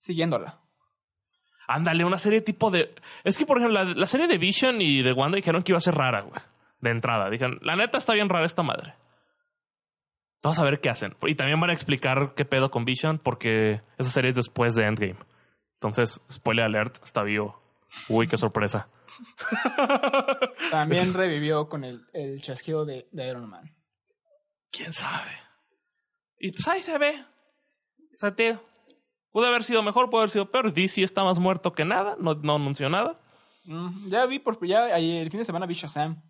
S1: siguiéndola.
S2: Ándale, una serie tipo de. Es que, por ejemplo, la, la serie de Vision y de Wanda dijeron que iba a ser rara, güey. De entrada. Dijeron, la neta está bien rara esta madre. Vamos a ver qué hacen. Y también van a explicar qué pedo con Vision, porque esa serie es después de Endgame. Entonces, spoiler alert, está vivo. Uy, qué sorpresa.
S1: También revivió con el, el chasquido de, de Iron Man.
S2: ¿Quién sabe? Y pues ahí se ve. O sea, tío, pudo haber sido mejor, pudo haber sido peor. DC está más muerto que nada, no, no anunció nada.
S1: Mm, ya vi, por, ya ayer, el fin de semana vi Shazam.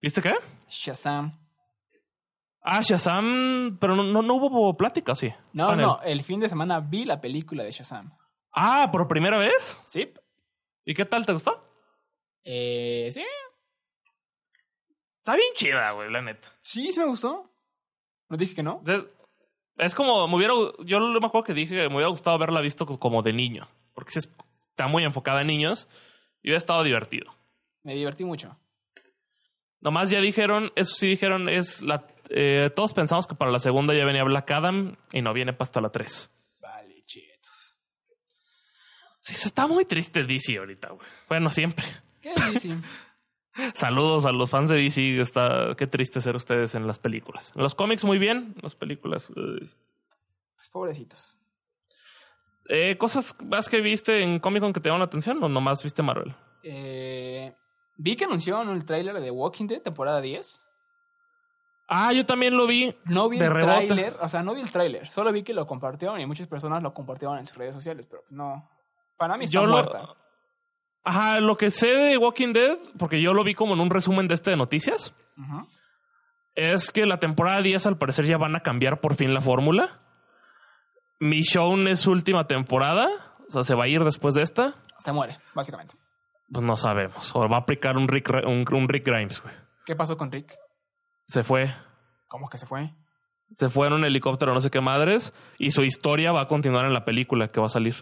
S2: ¿Viste qué?
S1: Shazam.
S2: Ah, Shazam, pero no, no, no hubo plática, sí. Ah,
S1: No,
S2: Panel.
S1: no, el fin de semana vi la película de Shazam.
S2: Ah, por primera vez.
S1: Sí.
S2: ¿Y qué tal? ¿Te gustó?
S1: Eh, sí,
S2: Está bien chida, güey, la neta.
S1: sí, sí me gustó. No dije que no.
S2: O sea, es como, me hubiera, yo me acuerdo que dije que me hubiera gustado haberla visto co- como de niño, porque sí es- está muy enfocada en niños y hubiera estado divertido.
S1: Me divertí mucho.
S2: Nomás ya dijeron, eso sí dijeron, es la... eh, todos pensamos que para la segunda ya venía Black Adam y no viene pa' hasta la 3.
S1: Vale, chetos.
S2: Sí, se está muy triste DC ahorita, güey. Bueno, siempre.
S1: ¿Qué es DC?
S2: Saludos a los fans de DC. Está, qué triste ser ustedes en las películas. En los cómics muy bien, en las películas. eh, uy.
S1: Pues pobrecitos.
S2: Eh, ¿Cosas más que viste en Comic Con que te llaman la atención o nomás viste Marvel?
S1: Eh, vi que anunciaron el tráiler de Walking Dead, temporada 10.
S2: Ah, yo también lo vi.
S1: No vi
S2: De
S1: el
S2: rebote.
S1: tráiler, o sea, no vi el tráiler. Solo vi que lo compartieron y muchas personas lo compartieron en sus redes sociales, pero no. Para mí está
S2: Yo lo-
S1: muerta.
S2: Ajá, lo que sé de Walking Dead, porque yo lo vi como en un resumen de este de noticias,
S1: Ujú.
S2: es que la temporada 10 al parecer ya van a cambiar por fin la fórmula. Michonne es su última temporada, o sea, se va a ir después de esta.
S1: Se muere, básicamente.
S2: Pues no sabemos. O va a aplicar un Rick, un- un Rick Grimes, güey.
S1: ¿Qué pasó con Rick?
S2: Se fue.
S1: ¿Cómo que se fue?
S2: se fue en un helicóptero, no sé qué madres, y su historia va a continuar en la película que va a salir.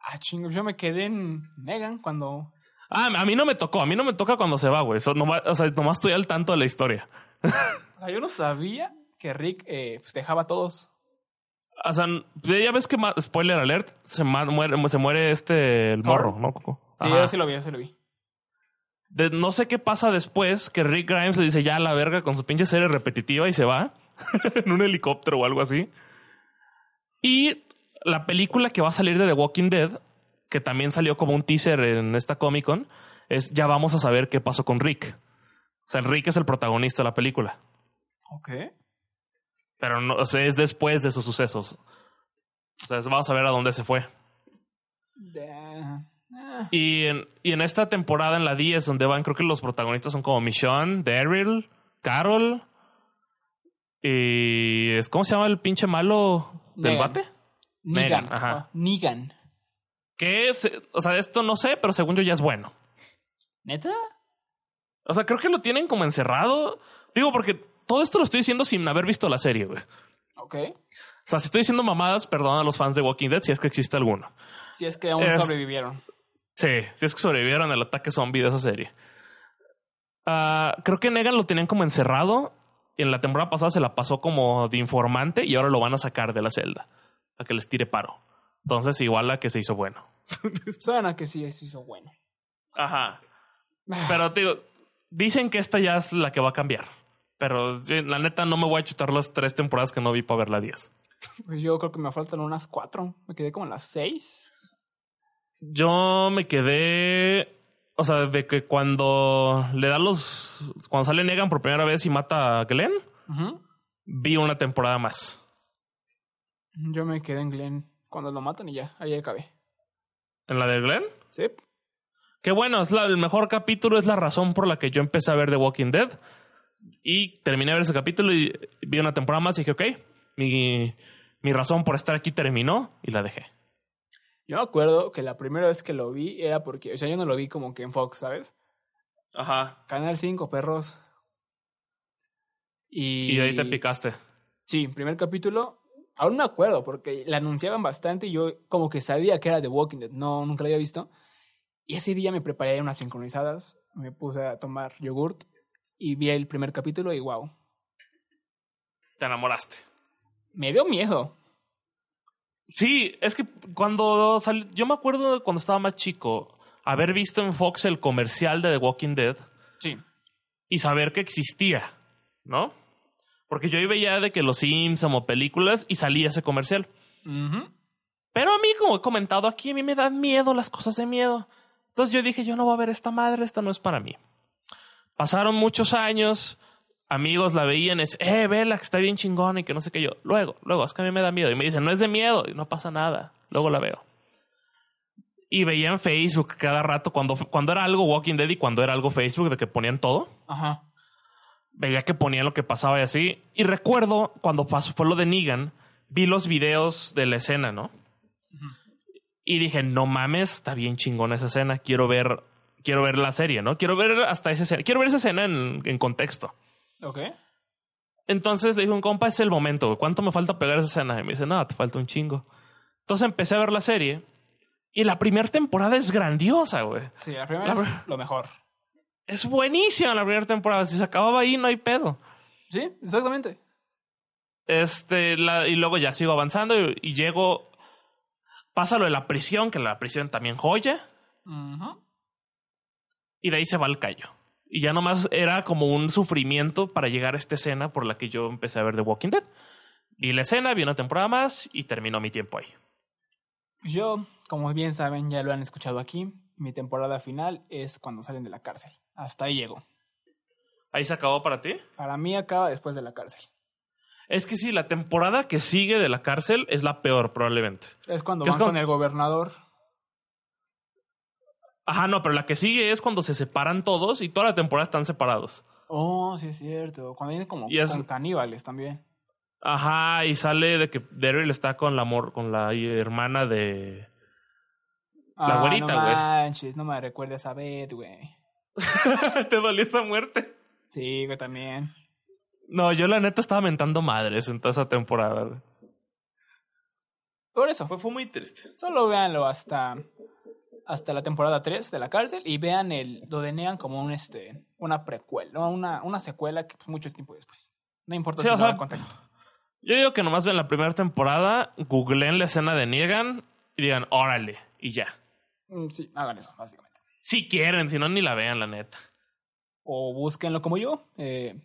S1: Ah, chingo, yo me quedé en Megan cuando.
S2: Ah, a mí no me tocó, a mí no me toca cuando se va, güey. Eso nomás, o sea, nomás estoy al tanto de la historia.
S1: O sea, yo no sabía que Rick eh, pues dejaba a todos.
S2: O sea, ya ves que, ma- spoiler alert, se ma- muere, se muere este, el morro, ¿no? Coco?
S1: Sí,
S2: Ajá.
S1: yo sí lo vi, yo sí lo vi.
S2: De- no sé qué pasa después que Rick Grimes le dice ya a la verga con su pinche serie repetitiva y se va en un helicóptero o algo así. Y la película que va a salir de The Walking Dead, que también salió como un teaser en esta Comic Con, es ya vamos a saber qué pasó con Rick. O sea, Rick es el protagonista de la película,
S1: Ok.
S2: pero no, o sea, es después de sus sucesos. O sea, es- vamos a ver a dónde se fue.
S1: De- ah,
S2: Y en, y en esta temporada, en la 10, donde van, creo que los protagonistas son como Michonne, Daryl, Carol. Y es ¿cómo se llama el pinche malo del
S1: Negan.
S2: bate?
S1: Negan.
S2: Megan, ajá.
S1: ah, Negan.
S2: Que es, o sea, esto no sé, pero según yo ya es bueno.
S1: ¿Neta?
S2: O sea, creo que lo tienen como encerrado. Digo, porque todo esto lo estoy diciendo sin haber visto la serie, güey. O
S1: Ok.
S2: sea, si estoy diciendo mamadas, perdón a los fans de Walking Dead si es que existe alguno.
S1: Si es que aún
S2: Es-
S1: sobrevivieron.
S2: Sí, si es que sobrevivieron al ataque zombie de esa serie. Ah, creo que Negan lo tenían como encerrado. y en la temporada pasada se la pasó como de informante y ahora lo van a sacar de la celda. A que les tire paro. Entonces, igual a que se hizo bueno.
S1: Suena que sí se hizo bueno.
S2: Ajá. Pero te digo, dicen que esta ya es la que va a cambiar. Pero yo, la neta no me voy a chutar las tres temporadas que no vi para ver la 10.
S1: Pues yo creo que me faltan unas cuatro. Me quedé como en las seis.
S2: Yo me quedé. O sea, de que cuando le da los. Cuando sale Negan por primera vez y mata a Glenn.
S1: Ujú.
S2: vi una temporada más.
S1: Yo me quedé en Glenn cuando lo matan y ya. Ahí acabé.
S2: En la de Glenn.
S1: Sí.
S2: Que bueno, es la- el mejor capítulo, es la razón por la que yo empecé a ver The Walking Dead. Y terminé de ver ese capítulo y vi una temporada más y dije, ok, mi, mi razón por estar aquí terminó y la dejé.
S1: Yo me acuerdo que la primera vez que lo vi era porque, o sea, yo no lo vi como que en Fox, ¿sabes?
S2: Ajá.
S1: Canal 5, perros. Y,
S2: Y de ahí te picaste.
S1: Sí, primer capítulo. Aún me acuerdo porque la anunciaban bastante y yo como que sabía que era The Walking Dead. No, nunca la había visto. Y ese día me preparé unas sincronizadas, me puse a tomar yogurt y vi el primer capítulo y wow,
S2: Te enamoraste.
S1: me dio miedo.
S2: Sí, es que cuando sal- yo me acuerdo de cuando estaba más chico, haber visto en Fox el comercial de The Walking Dead
S1: Sí.
S2: y saber que existía, ¿no? Porque yo ahí veía de que los Simpson o películas y salía ese comercial. Pero a mí, como he comentado aquí, a mí me dan miedo las cosas de miedo. Entonces yo dije, yo no voy a ver esta madre, esta no es para mí. Pasaron muchos años, amigos la veían, es, eh, vela, que está bien chingona y que no sé qué yo. Luego, luego, es que a mí me da miedo. Y me dicen, no es de miedo, y no pasa nada. Luego la veo. Y veía en Facebook cada rato, cuando, cuando era algo Walking Dead y cuando era algo Facebook, de que ponían todo
S1: Ajá.
S2: veía que ponían lo que pasaba y así. Y recuerdo cuando pasó, fue lo de Negan, vi los videos de la escena, ¿no? Y dije, no mames, está bien chingona esa escena. Quiero ver, quiero ver la serie, ¿no? Quiero ver hasta esa escena. Quiero ver esa escena en, en contexto.
S1: Ok.
S2: Entonces le dije a un compa, es el momento, güey. ¿Cuánto me falta pegar esa escena? Y me dice, nada, te falta un chingo. Entonces empecé a ver la serie. Y la primera temporada es grandiosa, güey.
S1: Sí, la primera
S2: La-
S1: es lo mejor.
S2: Es buenísima la primera temporada. Si se acababa ahí, no hay pedo.
S1: Sí, exactamente.
S2: Este, la- y luego ya sigo avanzando y, y llego. Pasa lo de la prisión, que la prisión también joya,
S1: Ujú.
S2: y de ahí se va el callo. Y ya nomás era como un sufrimiento para llegar a esta escena por la que yo empecé a ver The Walking Dead. Y la escena, vi una temporada más y terminó mi tiempo ahí.
S1: Yo, como bien saben, ya lo han escuchado aquí, mi temporada final es cuando salen de la cárcel. Hasta ahí llego.
S2: Ahí se acabó para ti.
S1: Para mí acaba después de la cárcel.
S2: Es que sí, la temporada que sigue de la cárcel es la peor, probablemente.
S1: Es cuando
S2: ¿Qué es
S1: van
S2: cuando-
S1: con el gobernador.
S2: Ajá, no, pero la que sigue es cuando se separan todos y toda la temporada están separados.
S1: Oh, sí es cierto. Cuando viene como
S2: Y es-
S1: con caníbales también.
S2: Ajá, y sale de que Daryl está con la mor- con la hermana de. La güerita,
S1: Ah, no
S2: güey.
S1: manches, no me recuerdes a Beth, güey.
S2: Te dolió esa muerte.
S1: Sí, güey, también.
S2: No, yo la neta estaba mentando madres en toda esa temporada. güey.
S1: Por eso,
S2: Fue, fue muy triste.
S1: solo véanlo hasta, hasta la temporada 3 de la cárcel y vean el, lo de Negan como un este, una precuela, ¿no? una, una secuela que pues, mucho tiempo después. No importa
S2: Sí,
S1: si
S2: o
S1: no da
S2: sea-
S1: contexto.
S2: Yo digo que nomás ven la primera temporada, googleen la escena de Negan y digan, órale, y ya.
S1: Mm, Sí, hagan eso, básicamente.
S2: Si quieren, si no, ni la vean, la neta.
S1: O búsquenlo como yo. Eh,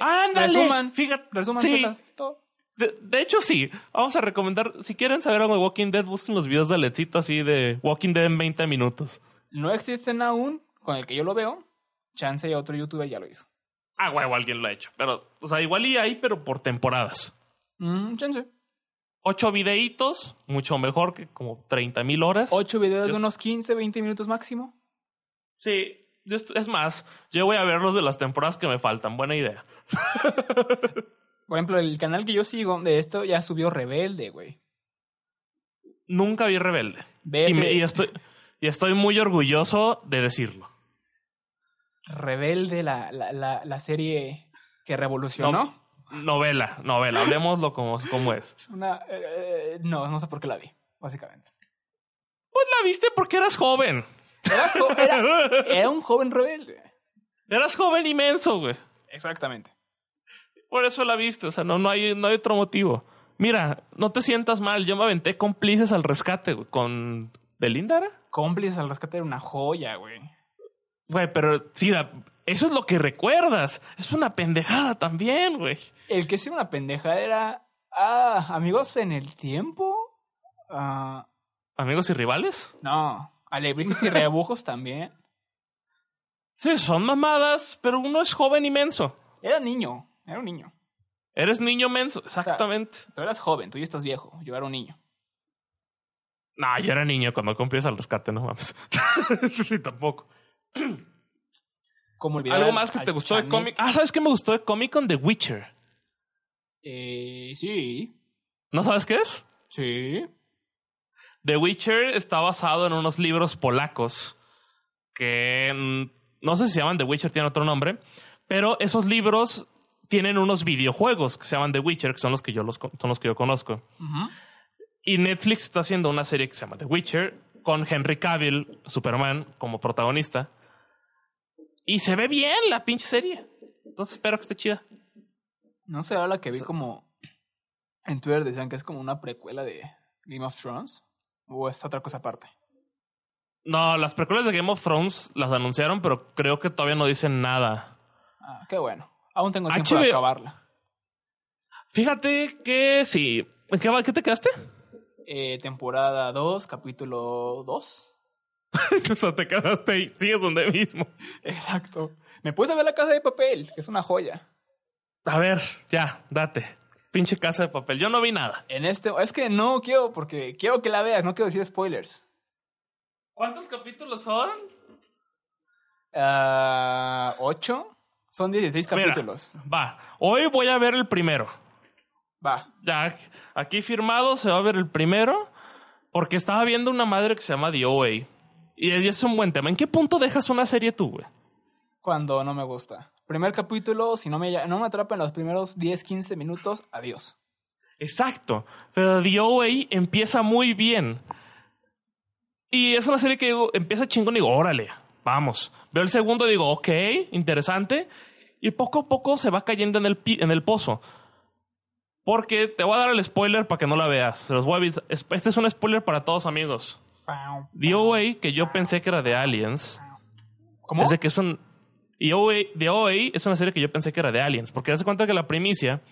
S2: ¡Ándale!
S1: Resuman.
S2: Fíjate.
S1: resuman
S2: Sí.
S1: todo.
S2: De, de hecho, sí. Vamos a recomendar. Si quieren saber algo de Walking Dead, busquen los videos de Alecito así de Walking Dead en 20 minutos.
S1: No existen aún, con el que yo lo veo. Chance otro youtuber ya lo hizo.
S2: Ah, huevo, alguien lo ha hecho. Pero, o sea, igual y ahí, pero por temporadas.
S1: Mm, chance.
S2: Ocho videitos, mucho mejor que como 30 mil horas.
S1: Ocho videos
S2: Yo-
S1: de unos 15, 20 minutos máximo.
S2: Sí. yo est- Es más, yo voy a ver los de las temporadas que me faltan. Buena idea.
S1: Por ejemplo, el canal que yo sigo de esto ya subió Rebelde, güey.
S2: Nunca vi Rebelde.
S1: Ve
S2: Y, me-
S1: ese
S2: y estoy, y estoy muy orgulloso de decirlo.
S1: Rebelde, la, la, la, la serie que revolucionó.
S2: No. Novela, novela. Hablemoslo como, como es.
S1: Una, eh, eh, no, no sé por qué la vi, básicamente.
S2: Pues la viste porque eras joven.
S1: Era, jo- era- era un joven rebelde.
S2: Eras joven inmenso, güey.
S1: Exactamente.
S2: Por eso la viste, o sea, no, no, hay, no hay otro motivo. Mira, no te sientas mal, yo me aventé cómplices al rescate, güey, con... ¿Belinda era?
S1: Cómplices al rescate era una joya, güey.
S2: Güey, pero sí, la- eso es lo que recuerdas. Es una pendejada también, güey.
S1: El que sí era una pendeja era. Ah, amigos en el tiempo. Ah,
S2: ¿Amigos y rivales?
S1: no. Alebrijes y rebujos también.
S2: Sí, son mamadas, pero uno es joven y menso.
S1: Era niño, era un niño.
S2: Eres niño menso, exactamente.
S1: Tú eras joven, tú ya estás viejo. Yo era un niño.
S2: No, yo era niño cuando cómplices al rescate, no mames. sí, tampoco.
S1: Como olvidar
S2: ¿Algo
S1: al-
S2: más que
S1: al
S2: te gustó de
S1: Chanek.
S2: Comic? Ah, ¿sabes qué me gustó de Comic Con? The Witcher.
S1: Eh, sí,
S2: ¿No sabes qué es?
S1: sí.
S2: The Witcher está basado en unos libros polacos que mm, no sé si se llaman The Witcher, tienen otro nombre, pero esos libros tienen unos videojuegos que se llaman The Witcher, que son los que yo, los, con- son los que yo conozco.
S1: Ujú.
S2: Y Netflix está haciendo una serie que se llama The Witcher con Henry Cavill, Superman, como protagonista. Y se ve bien la pinche serie. Entonces espero que esté chida.
S1: No será la que vi
S2: So-
S1: como en Twitter decían que es como una precuela de Game of Thrones o es otra cosa aparte.
S2: No, las precuelas de Game of Thrones las anunciaron, pero creo que todavía no dicen nada.
S1: Ah, qué bueno. Aún tengo tiempo
S2: HBO.
S1: de acabarla.
S2: Fíjate que sí. ¿En qué, va- qué te quedaste?
S1: Eh, temporada 2, capítulo 2.
S2: o sea, te quedaste y sigues donde mismo.
S1: Exacto. Me puse a ver la casa de papel, que es una joya.
S2: A ver, ya, date. Pinche casa de papel. Yo no vi nada.
S1: En este es que no quiero porque quiero que la veas, no quiero decir spoilers.
S2: ¿Cuántos capítulos son?
S1: Ah, ¿Ocho? Son 16 capítulos.
S2: va, hoy voy a ver el primero.
S1: Va.
S2: Ya, aquí firmado se va a ver el primero. Porque estaba viendo una madre que se llama The OA. Y es- y es un buen tema. ¿En qué punto dejas una serie tú, güey?
S1: Cuando no me gusta. Primer capítulo, si no me, ya- no me atrapa en los primeros 10, 15 minutos, adiós.
S2: Exacto. Pero The OA empieza muy bien. Y es una serie que digo, empieza chingón y digo, órale, vamos. Veo el segundo y digo, ok, interesante. Y poco a poco se va cayendo en el, pi- en el pozo. Porque te voy a dar el spoiler para que no la veas. Se los voy a avis- es- Este es un spoiler para todos, amigos. The OA, que yo pensé que era de Aliens,
S1: ¿Cómo?
S2: es de que es un. The OA, The OA es una serie que yo pensé que era de Aliens, porque das cuenta que la primicia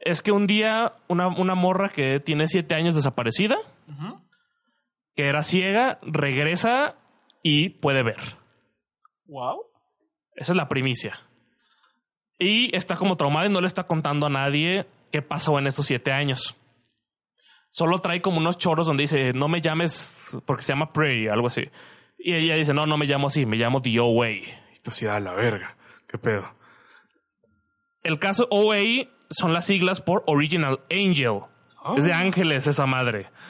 S2: es que un día una, una morra que tiene siete años desaparecida,
S1: Ujú.
S2: que era ciega, regresa y puede ver.
S1: Wow.
S2: Esa es la primicia. Y está como traumada y no le está contando a nadie qué pasó en esos siete años. Solo trae como unos choros donde dice, no me llames porque se llama Prairie, algo así. Y ella dice, no, no me llamo así, me llamo The OA. Y tú así, a la verga, qué pedo. El caso OA son las siglas por Original Angel. Es de ángeles esa madre.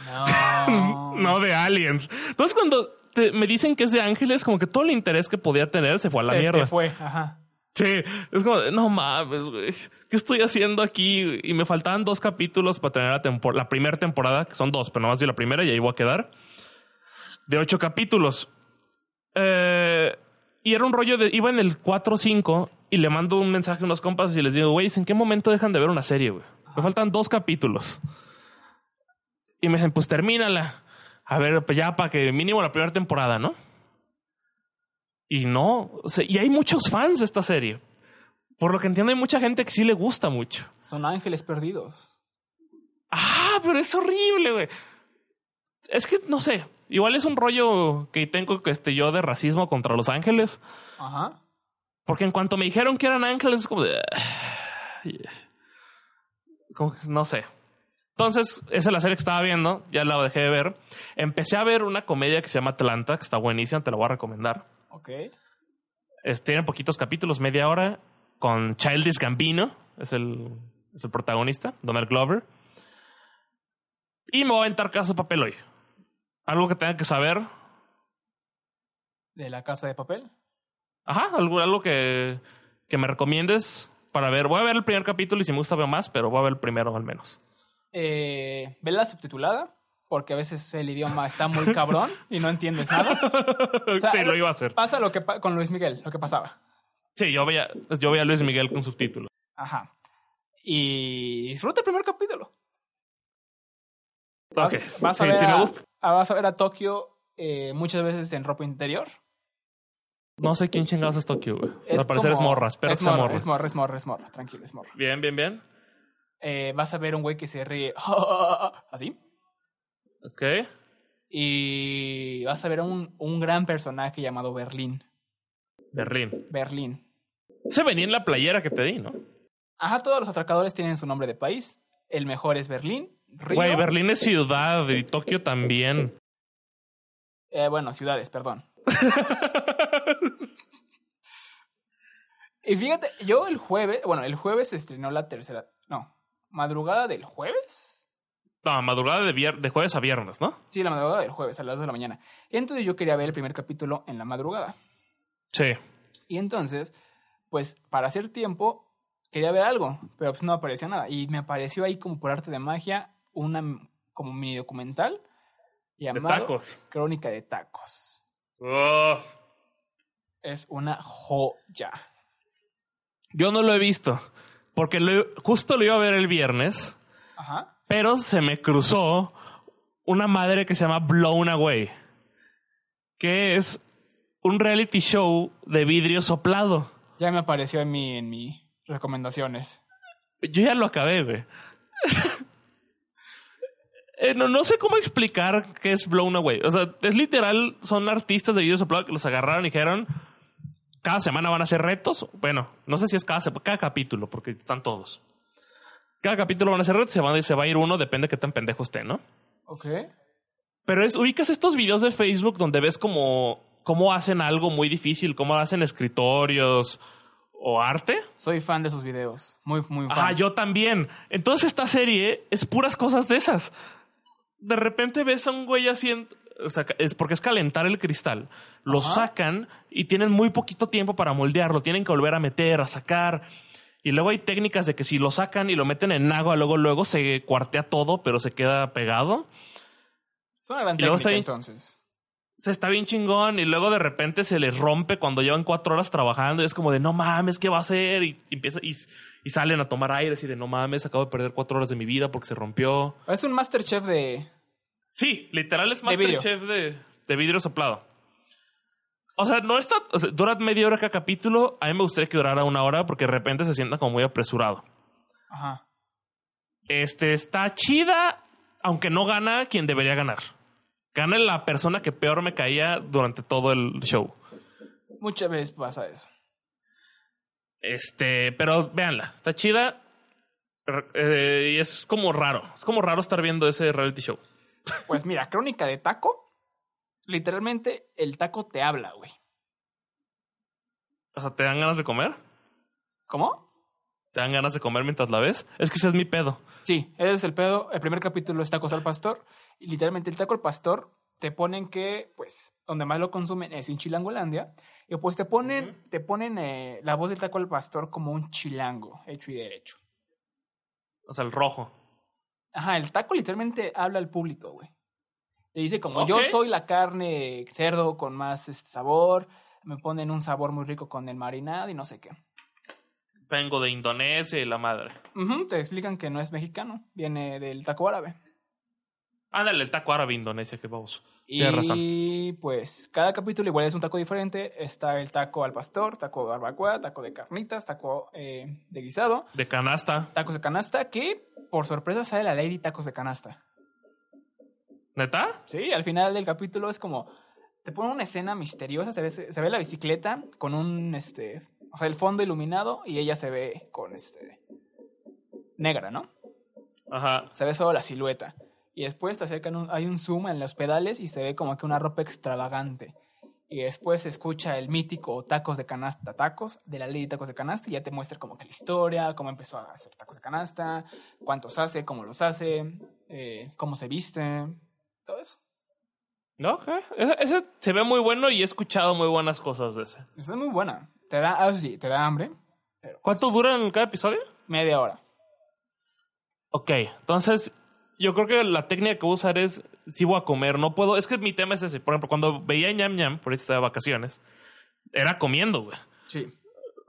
S1: No.
S2: No de aliens. Entonces cuando te- me dicen que es de ángeles, como que todo el interés que podía tener se fue a la
S1: Se te
S2: mierda.
S1: fue. Ajá.
S2: Sí, es como, de, no mames, güey. ¿Qué estoy haciendo aquí? Y me faltaban dos capítulos para tener la, tempor- la primera temporada, que son dos, pero nomás vi la primera y ahí voy a quedar. De ocho capítulos. Eh, y era un rollo de. Iba en el 4 o 5 y le mando un mensaje a unos compas y les digo, güey, ¿en qué momento dejan de ver una serie, güey? Me faltan dos capítulos. Y me dicen, pues termínala. A ver, pues ya para que mínimo la primera temporada, ¿no? Y no, o sea, y hay muchos fans de esta serie. Por lo que entiendo, hay mucha gente que sí le gusta mucho.
S1: Son ángeles perdidos.
S2: Ah, pero es horrible, güey. Es que no sé. Igual es un rollo que tengo que este, yo de racismo contra los ángeles.
S1: Ajá.
S2: Porque en cuanto me dijeron que eran ángeles, es como de. ah, yeah. Como que no sé. Entonces, esa es la serie que estaba viendo, ya la dejé de ver. Empecé a ver una comedia que se llama Atlanta, que está buenísima, te la voy a recomendar.
S1: Ok.
S2: Es- tiene poquitos capítulos, media hora, con Childish Gambino, es el, es el protagonista, Donald Glover. Y me voy a aventar caso de papel hoy. Algo que tenga que saber.
S1: De la casa de papel.
S2: Ajá, algo, algo que, que me recomiendes para ver. Voy a ver el primer capítulo y si me gusta veo más, pero voy a ver el primero al menos.
S1: Eh, vela subtitulada, porque a veces el idioma está muy cabrón y no entiendes nada. sea,
S2: sí, lo iba a hacer.
S1: Pasa lo que pa- con Luis Miguel, lo que pasaba.
S2: Sí, yo veía, yo veía a Luis Miguel con subtítulos.
S1: Ajá. Y disfruta el primer capítulo.
S2: Ok,
S1: Vas, vas a,
S2: sí,
S1: ver
S2: sí me
S1: a-
S2: gusta.
S1: a- vas a ver a Tokio eh, muchas veces en ropa interior.
S2: No sé quién chingados es Tokio, güey.
S1: Es
S2: Al parecer es
S1: como-
S2: morras, pero
S1: es
S2: es morra,
S1: morra, es morra, es morra, es morra. Tranquilo, es morra.
S2: Bien, bien, bien.
S1: Eh, vas a ver un güey que se ríe así.
S2: Ok.
S1: Y vas a ver a un, un gran personaje llamado Berlín.
S2: Berlín.
S1: Berlín.
S2: Se venía en la playera que te di, ¿no?
S1: Ajá, todos los atracadores tienen su nombre de país. El mejor es Berlín. Río.
S2: Güey, Berlín es ciudad y Tokio también.
S1: Eh, bueno, ciudades, perdón. Y fíjate, yo el jueves, bueno, el jueves se estrenó la tercera, no, madrugada del jueves.
S2: no, madrugada de, vier- de jueves a viernes, ¿no?
S1: Sí, la madrugada del jueves, a las 2 de la mañana. Entonces yo quería ver el primer capítulo en la madrugada.
S2: Sí.
S1: Y entonces, pues para hacer tiempo, quería ver algo, pero pues no aparecía nada. Y me apareció ahí como por arte de magia una m- como mini documental
S2: De
S1: llamado
S2: tacos.
S1: Crónica de Tacos.
S2: Oh.
S1: Es una joya.
S2: Yo no lo he visto. Porque lo- justo lo iba a ver el viernes,
S1: Ajá.
S2: pero se me cruzó una madre que se llama Blown Away. Que es un reality show de vidrio soplado.
S1: Ya me apareció en mi, en mis recomendaciones.
S2: Yo ya lo acabé, güey. Eh, no, no sé cómo explicar qué es Blown Away. O sea, es literal, son artistas de videos soplado que los agarraron y dijeron, cada semana van a hacer retos. Bueno, no sé si es cada, sema- cada capítulo, porque están todos. Cada capítulo van a hacer retos, se va, se va a ir uno, depende de qué tan pendejo esté, ¿no?
S1: Ok.
S2: Pero es, ubicas estos videos de Facebook donde ves como cómo hacen algo muy difícil, cómo hacen escritorios o arte.
S1: Soy fan de sus videos. Muy, muy fan.
S2: Ajá, yo también. Entonces esta serie es puras cosas de esas. De repente ves a un güey haciendo... O sea, es porque es calentar el cristal. Lo
S1: Ajá.
S2: sacan y tienen muy poquito tiempo para moldearlo. Tienen que volver a meter, a sacar. Y luego hay técnicas de que si lo sacan y lo meten en agua, luego, luego se cuartea todo, pero se queda pegado.
S1: Es una gran
S2: Y
S1: técnica,
S2: luego está ahí-
S1: entonces.
S2: Se está bien chingón y luego de repente se les rompe cuando llevan cuatro horas trabajando y es como de no mames, ¿qué va a hacer? Y, y empieza, y, y salen a tomar aire y de no mames, acabo de perder cuatro horas de mi vida porque se rompió.
S1: Es un Masterchef de...
S2: Sí, literal es
S1: De vidrio.
S2: Masterchef de, de vidrio soplado. O sea, no está. o sea, dura media hora cada capítulo. A mí me gustaría que durara una hora porque de repente se sienta como muy apresurado.
S1: Ajá.
S2: Este está chida, aunque no gana quien debería ganar. Gana la persona que peor me caía durante todo el show.
S1: Muchas veces pasa eso.
S2: Este, pero véanla, está chida. R- eh, y es como raro. Es como raro estar viendo ese reality show.
S1: Pues mira, Crónica de Taco. Literalmente, el taco te habla, güey.
S2: O sea, ¿te dan ganas de comer?
S1: ¿Cómo?
S2: ¿Te dan ganas de comer mientras la ves? Es que ese es mi pedo.
S1: Sí, ese es el pedo. El primer capítulo es Tacos al Pastor. Y literalmente, el taco al pastor te ponen que, pues, donde más lo consumen es en Chilangolandia. Y pues te ponen, te ponen eh, la voz del taco al pastor como un chilango, hecho y derecho.
S2: O sea, el rojo.
S1: Ajá, el taco literalmente habla al público, güey. Le dice como yo
S2: Ok.
S1: soy la carne cerdo con más este, sabor, me ponen un sabor muy rico con el marinado y no sé qué.
S2: Vengo de Indonesia y la madre.
S1: Ujú, te explican que no es mexicano, viene del taco árabe.
S2: Ándale, el taco árabe Indonesia, qué baboso.
S1: Y
S2: Tienes razón.
S1: pues cada capítulo igual es un taco diferente. Está el taco al pastor, taco de barbacoa, taco de carnitas, taco eh, de guisado,
S2: De canasta.
S1: tacos de canasta, que por sorpresa sale la Lady Tacos de Canasta.
S2: ¿Neta?
S1: Sí, al final del capítulo es como. Te ponen una escena misteriosa, se ve, se ve la bicicleta con un. este O sea, el fondo iluminado y ella se ve con este. Negra, ¿no?
S2: Ajá.
S1: Se ve solo la silueta. Y después te acercan. un- hay un zoom en los pedales y se ve como que una ropa extravagante. Y después se escucha el mítico tacos de canasta, tacos, de la ley de tacos de canasta, y ya te muestra como que la historia, cómo empezó a hacer tacos de canasta, cuántos hace, cómo los hace, eh, cómo se viste, todo eso.
S2: No, ok. Ese, ese se ve muy bueno y he escuchado muy buenas cosas de ese.
S1: Esa es muy buena. Te da, ah, sí, te da hambre.
S2: ¿Cuánto dura en cada episodio?
S1: Media hora.
S2: Ok, entonces yo creo que la técnica que voy a usar es si voy a comer, no puedo. Es que mi tema es ese. Por ejemplo, cuando veía ñam ñam, por ahí estaba de vacaciones, era comiendo, güey.
S1: Sí.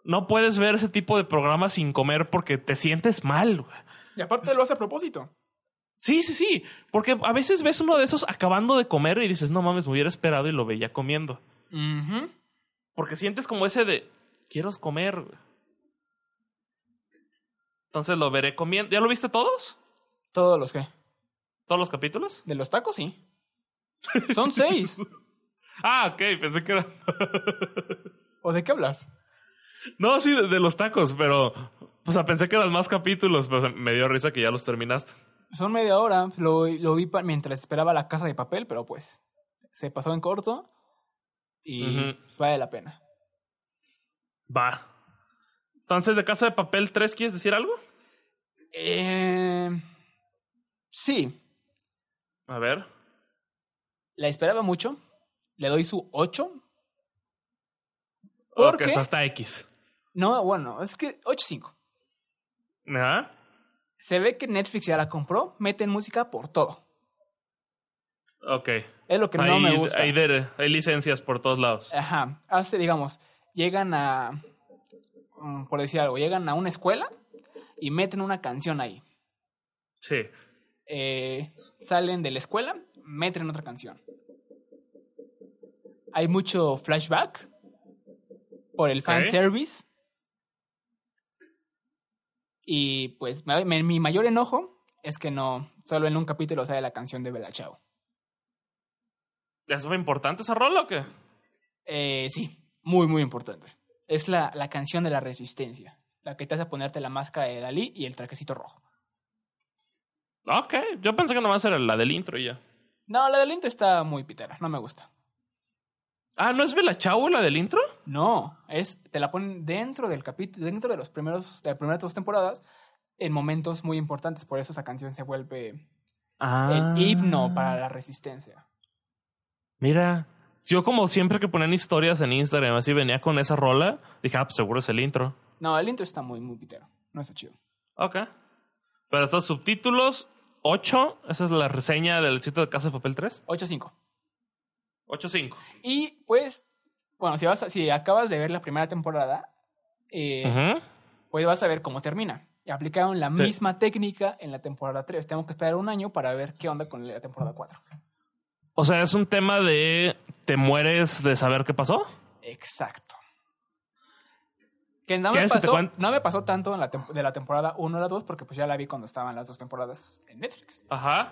S2: No puedes ver ese tipo de programas sin comer porque te sientes mal, güey.
S1: Y aparte lo hace a propósito.
S2: Sí, sí, sí. Porque a veces ves uno de esos acabando de comer y dices, no mames, me hubiera esperado y lo veía comiendo. Porque sientes como ese de, quiero comer. güey. Entonces lo veré comiendo. ¿Ya lo viste todos?
S1: Todos los que.
S2: ¿Todos los capítulos?
S1: De los tacos, sí. Son seis.
S2: Ah, ok, pensé que era...
S1: ¿O de qué hablas?
S2: No, sí, de, de los tacos, pero. O sea, pensé que eran más capítulos, pero se- me dio risa que ya los terminaste.
S1: Son media hora. Lo, lo vi pa- mientras esperaba la casa de papel, pero pues se pasó en corto. Y
S2: Ujú.
S1: pues, vale la pena.
S2: Va. Entonces, de Casa de Papel 3, ¿quieres decir algo?
S1: Eh, sí,
S2: A ver.
S1: la esperaba mucho. Le doy su 8.
S2: O
S1: ¿Por
S2: que
S1: qué?
S2: es hasta X.
S1: No, bueno, es que 8.5.
S2: Ajá.
S1: Se ve que Netflix ya la compró, meten música por todo.
S2: Ok.
S1: Es lo que no
S2: Hay-
S1: me gusta.
S2: Hay, de- hay licencias por todos lados.
S1: Ajá. Hace, digamos, llegan a. mm, Por decir algo, llegan a una escuela y meten una canción ahí.
S2: Sí.
S1: Eh, salen de la escuela, meten otra canción. Hay mucho flashback por el fan service. Y pues ma- me- mi mayor enojo es que no, solo en un capítulo sale la canción de Bella Ciao.
S2: ¿Es muy importante esa rola o qué?
S1: Eh, sí, muy, muy importante. Es la, la canción de la resistencia, la que te hace ponerte la máscara de Dalí y el traquecito rojo.
S2: Ok. Yo pensé que nomás era la del intro y ya.
S1: No, la del intro está muy pitera, no me gusta.
S2: Ah, ¿no es Bella Chau la del intro?
S1: No, es, te la ponen dentro del capítulo, dentro de los primeros, de las primeras dos temporadas, en momentos muy importantes, por eso esa canción se vuelve
S2: Ah.
S1: el himno Eh, para la resistencia.
S2: Mira, yo como siempre que ponían historias en Instagram, así venía con esa rola, dije, ah, pues seguro es el intro.
S1: No, el intro está muy, muy pitero, no está chido.
S2: Ok. Pero estos subtítulos, 8, esa es la reseña del sitio de Casa de Papel 3.
S1: 8-5.
S2: 8-5.
S1: Y pues, bueno, si, vas a- si acabas de ver la primera temporada, eh,
S2: Ujú.
S1: pues vas a ver cómo termina. Y aplicaron la
S2: Sí.
S1: misma técnica en la temporada 3. Tengo que esperar un año para ver qué onda con la temporada 4.
S2: O sea, es un tema de te mueres de saber qué pasó.
S1: Exacto. Que no me,
S2: ¿Quieres que te
S1: pasó,
S2: cuente?
S1: no me pasó tanto en la tem- de la temporada 1 a la 2 porque pues ya la vi cuando estaban las dos temporadas en Netflix.
S2: Ajá.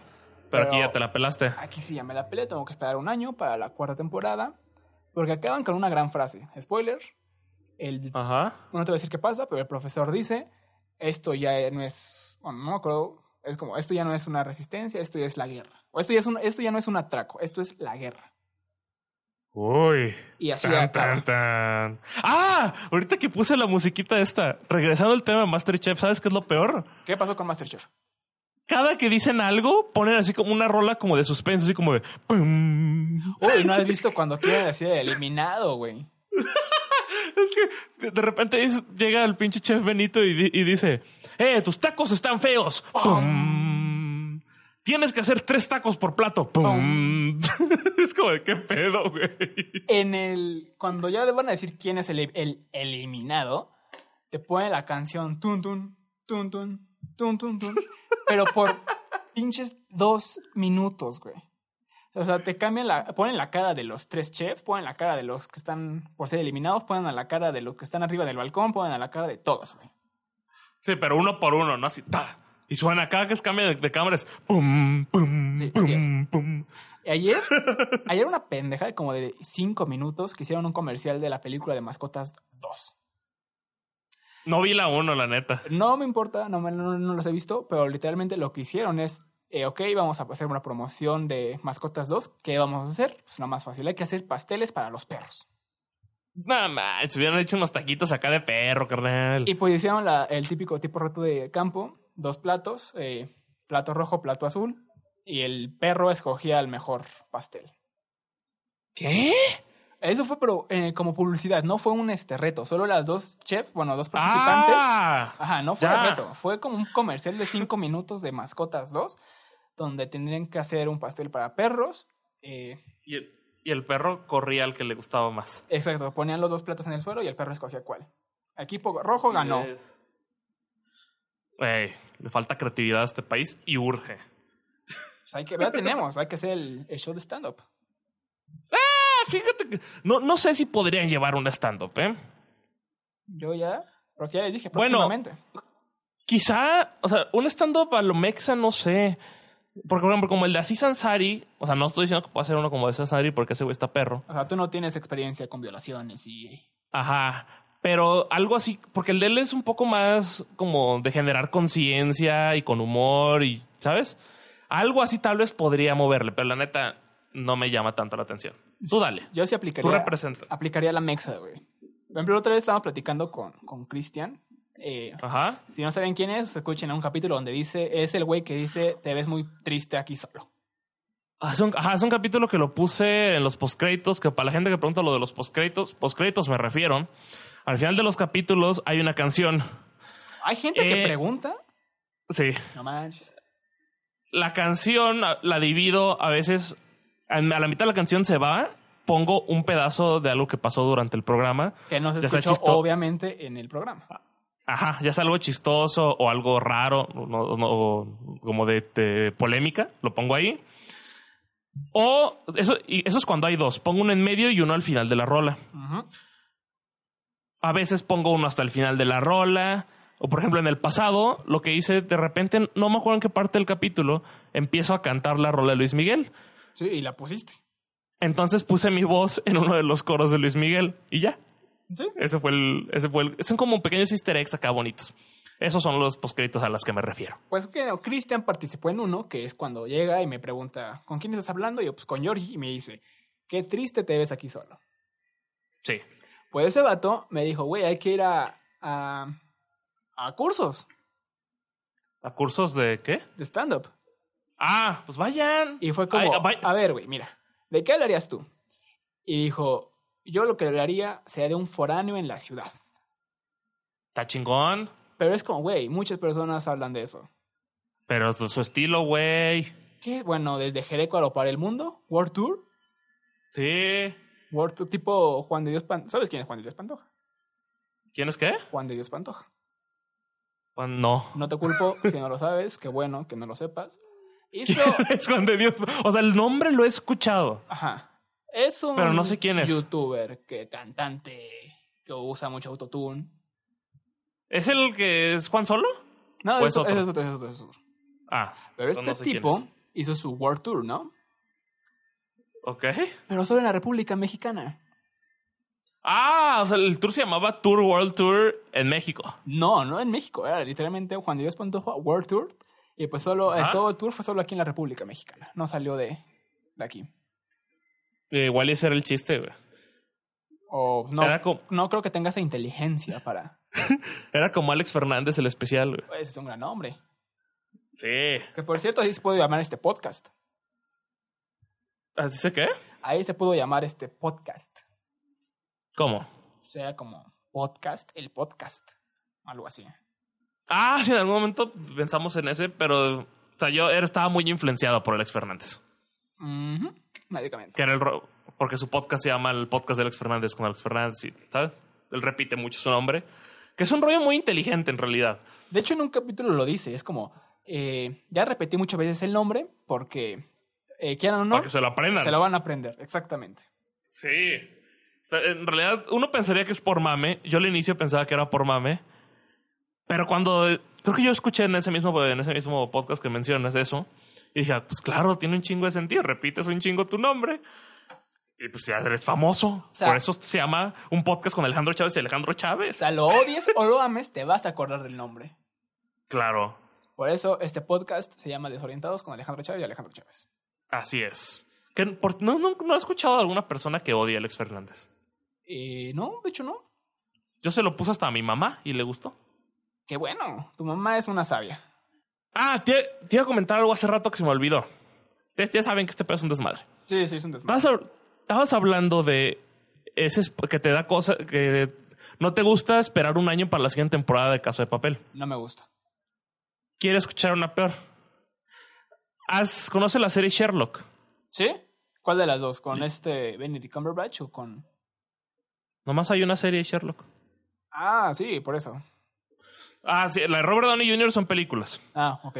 S2: Pero, aquí
S1: Pero-
S2: ya te la pelaste.
S1: Aquí sí ya me la peleé, tengo que esperar un año para la cuarta temporada porque acaban con una gran frase. Spoiler, el
S2: Ajá.
S1: no te voy a decir qué pasa, pero el profesor dice, esto ya no es, bueno, no me acuerdo, es como, esto ya no es una resistencia, esto ya es la guerra. O esto ya, es un, esto ya no es un atraco, esto es la guerra.
S2: Uy.
S1: Y así
S2: Tan,
S1: acaba.
S2: tan, tan. Ah, ahorita que puse la musiquita esta, regresando al tema de Masterchef, ¿sabes qué es lo peor?
S1: ¿Qué pasó con Masterchef?
S2: cada que dicen algo, ponen así como una rola como de suspenso, así como de. pum.
S1: Uy, ¿no has visto cuando quieren decir eliminado, güey?
S2: Es que de- de repente es- llega el pinche chef Benito y, di- y dice: ¡Eh, tus tacos están feos!
S1: Oh.
S2: Pum. Tienes que hacer tres tacos por plato. Pum. es como de qué pedo, güey.
S1: En el, cuando ya van a decir quién es el, el eliminado, te ponen la canción tun tun, tun tun, tun tun tun, pero por pinches dos minutos, güey. O sea, te cambian la. Ponen la cara de los tres chefs, ponen la cara de los que están por ser eliminados, ponen a la cara de los que están arriba del balcón, ponen a la cara de todos, güey.
S2: Sí, pero uno por uno, no así. ¡ta! Y suena cada que es cambio de, de cámara es pum, pum,
S1: Sí, así
S2: pum, pum.
S1: Y ayer, ayer una pendeja de como de cinco minutos que hicieron un comercial de la película de Mascotas 2.
S2: No vi la uno, la neta.
S1: No me importa, no, me- no- no los he visto, pero literalmente lo que hicieron es, eh, ok, vamos a hacer una promoción de Mascotas 2. ¿Qué vamos a hacer? Pues nada más fácil, hay que hacer pasteles para los perros.
S2: Nada más, se hubieran hecho unos taquitos acá de perro, carnal.
S1: Y pues hicieron la- el típico tipo reto de campo, dos platos, eh, plato rojo, plato azul, y el perro escogía el mejor pastel.
S2: ¿Qué?
S1: Eso fue pero eh, como publicidad, no fue un este reto, solo las dos chefs, bueno, dos participantes.
S2: Ah,
S1: Ajá, no fue
S2: Ya.
S1: el reto, fue como un comercial de cinco minutos de Mascotas 2, donde tendrían que hacer un pastel para perros. eh,
S2: y, el, y el perro corría al que le gustaba más.
S1: exacto, ponían los dos platos en el suelo y el perro escogía cuál. El equipo rojo ganó.
S2: Güey, le falta creatividad a este país y urge.
S1: Pues hay que, ya tenemos, hay que hacer el, el show de stand-up.
S2: Ah, fíjate que. No, no sé si podrían llevar un stand-up, ¿eh?
S1: Yo ya, pero ya les dije,
S2: Bueno.
S1: próximamente.
S2: Quizá, o sea, un stand-up a lo mexa, no sé. Porque, por ejemplo, como el de Aziz Ansari, o sea, no estoy diciendo que pueda hacer uno como de Aziz Ansari porque ese güey está perro.
S1: O sea, tú no tienes experiencia con violaciones y...
S2: Ajá. Pero algo así, porque el de él es un poco más como de generar conciencia y con humor y, ¿sabes? Algo así tal vez podría moverle, pero la neta no me llama tanto la atención. Tú dale.
S1: Yo sí
S2: Tú
S1: aplicaría...
S2: representa.
S1: aplicaría la mexa, güey. Por ejemplo, otra vez estábamos platicando con con Cristian. eh,
S2: Ajá.
S1: Si no saben quién es, escuchen a un capítulo donde dice, es el güey que dice, te ves muy triste aquí solo.
S2: Ah, Es un, ajá, es un capítulo que lo puse en los postcréditos, que para la gente que pregunta lo de los postcréditos, postcréditos me refiero. Al final de los capítulos hay una canción.
S1: Hay gente que
S2: Eh.
S1: pregunta,
S2: Sí.
S1: no manches,
S2: La canción a- la divido a veces, a a la mitad de la canción se va, pongo un pedazo de algo que pasó durante el programa.
S1: que no se
S2: Ya está Ah.
S1: escuchó
S2: chisto-
S1: obviamente en el programa.
S2: Ajá, ya es algo chistoso o algo raro, o no- o no- o como de, de polémica, lo pongo ahí. O eso, y eso es cuando hay dos, pongo uno en medio y uno al final de la rola.
S1: Ujú.
S2: A veces pongo uno hasta el final de la rola. O por ejemplo, en el pasado, lo que hice de repente, no me acuerdo en qué parte del capítulo, empiezo a cantar la rola de Luis Miguel.
S1: Sí, y la pusiste.
S2: Entonces puse mi voz en uno de los coros de Luis Miguel y ya.
S1: Sí.
S2: Ese fue el, ese fue el, son como pequeños easter eggs acá bonitos. Esos son los postcréditos a las que me refiero.
S1: Pues que no, Cristian participó en uno, que es cuando llega y me pregunta, ¿con quién estás hablando? Y yo, pues con Jorge, y me dice, qué triste te ves aquí solo.
S2: Sí.
S1: Pues ese vato me dijo, güey, hay que ir a, a, a cursos
S2: ¿A cursos de qué?
S1: de stand-up.
S2: Ah, pues vayan.
S1: Y fue como,
S2: Ay, vaya-
S1: a ver, güey, mira, ¿de qué hablarías tú? Y dijo, yo lo que hablaría sería de un foráneo en la ciudad.
S2: Está chingón.
S1: Pero es como, güey, muchas personas hablan de eso.
S2: Pero su su estilo, güey.
S1: ¿Qué? Bueno, desde Jereco a lo para el mundo, World Tour,
S2: Sí.
S1: World Tour tipo Juan de Dios Pantoja. ¿Sabes quién es Juan de Dios Pantoja?
S2: ¿Quién es qué?
S1: Juan de Dios Pantoja.
S2: No.
S1: No te culpo si no lo sabes, qué bueno que no lo sepas. Hizo,
S2: es Juan de Dios. O sea, el nombre lo he escuchado.
S1: ajá, es un
S2: Pero no sé quién es.
S1: youtuber, que cantante, que usa mucho autotune.
S2: ¿Es el que es Juan Solo?
S1: No,
S2: ¿O es
S1: eso,
S2: otro?
S1: eso, eso, eso, eso.
S2: Ah,
S1: Pero
S2: No,
S1: este
S2: no sé quién
S1: tipo
S2: es.
S1: hizo su World Tour, ¿no?
S2: ok.
S1: Pero solo en la República Mexicana.
S2: Ah, o sea, el tour se llamaba Tour World Tour en México.
S1: No, no en México. Era literalmente Juan de Dios Pantoja World Tour. Y pues solo,
S2: Ajá.
S1: eh, todo el tour fue solo aquí en la República Mexicana. No salió de, de aquí.
S2: Eh, igual ese era el chiste, güey.
S1: O no,
S2: Era como-
S1: no creo que tenga esa inteligencia para...
S2: Era como Alex Fernández el especial, güey.
S1: Ese es un gran hombre.
S2: Sí.
S1: Que por cierto, así se puede llamar este podcast.
S2: ¿Así se qué?
S1: Ahí se pudo llamar este podcast.
S2: ¿Cómo?
S1: O sea, era como podcast, el podcast. Algo así.
S2: Ah, sí, en algún momento pensamos en ese, pero o sea, yo era- estaba muy influenciado por Alex Fernández.
S1: Ujú, Básicamente.
S2: Que era el ro- porque su podcast se llama el podcast de Alex Fernández con Alex Fernández, y, ¿sabes? Él repite mucho su nombre. Que es un rollo muy inteligente en realidad.
S1: De hecho, en un capítulo lo dice, es como, Eh, ya repetí muchas veces el nombre porque, eh, quieran o no,
S2: Para que se lo aprendan.
S1: se lo van a aprender. Exactamente.
S2: Sí. O sea, en realidad, uno pensaría que es por mame. Yo al inicio pensaba que era por mame. Pero cuando. eh, Creo que yo escuché en ese mismo, en ese mismo podcast que mencionas eso. Y dije, ah, pues claro, tiene un chingo de sentido. Repites un chingo tu nombre. Y pues ya eres famoso.
S1: sea-
S2: por eso se llama un podcast con Alejandro Chávez y Alejandro
S1: O
S2: Chávez.
S1: sea, lo odies o lo ames, te vas a acordar del nombre.
S2: Claro,
S1: Por eso este podcast se llama Desorientados con Alejandro Chávez y Alejandro Chávez.
S2: así es. Que por- no, no, no he escuchado a alguna persona que odie a Alex Fernández.
S1: Eh, no, de hecho no.
S2: Yo se lo puse hasta a mi mamá y le gustó.
S1: Qué bueno, tu mamá es una sabia.
S2: Ah, te, te iba a comentar algo hace rato que se me olvidó. Ustedes ya saben que este pedo es un desmadre.
S1: Sí, sí, es un desmadre.
S2: Vas a- estabas hablando de ese esp- que te da cosa que no te gusta esperar un año para la siguiente temporada de Casa de Papel.
S1: No me gusta.
S2: ¿Quieres escuchar una peor? Haz, ¿Conoce la serie Sherlock?
S1: ¿Sí? ¿Cuál de las dos? ¿Con este Benedict Cumberbatch o con...?
S2: Nomás hay una serie de Sherlock.
S1: Ah, sí, por eso.
S2: Ah, sí, la de Robert Downey Jr. son películas.
S1: Ah, ok.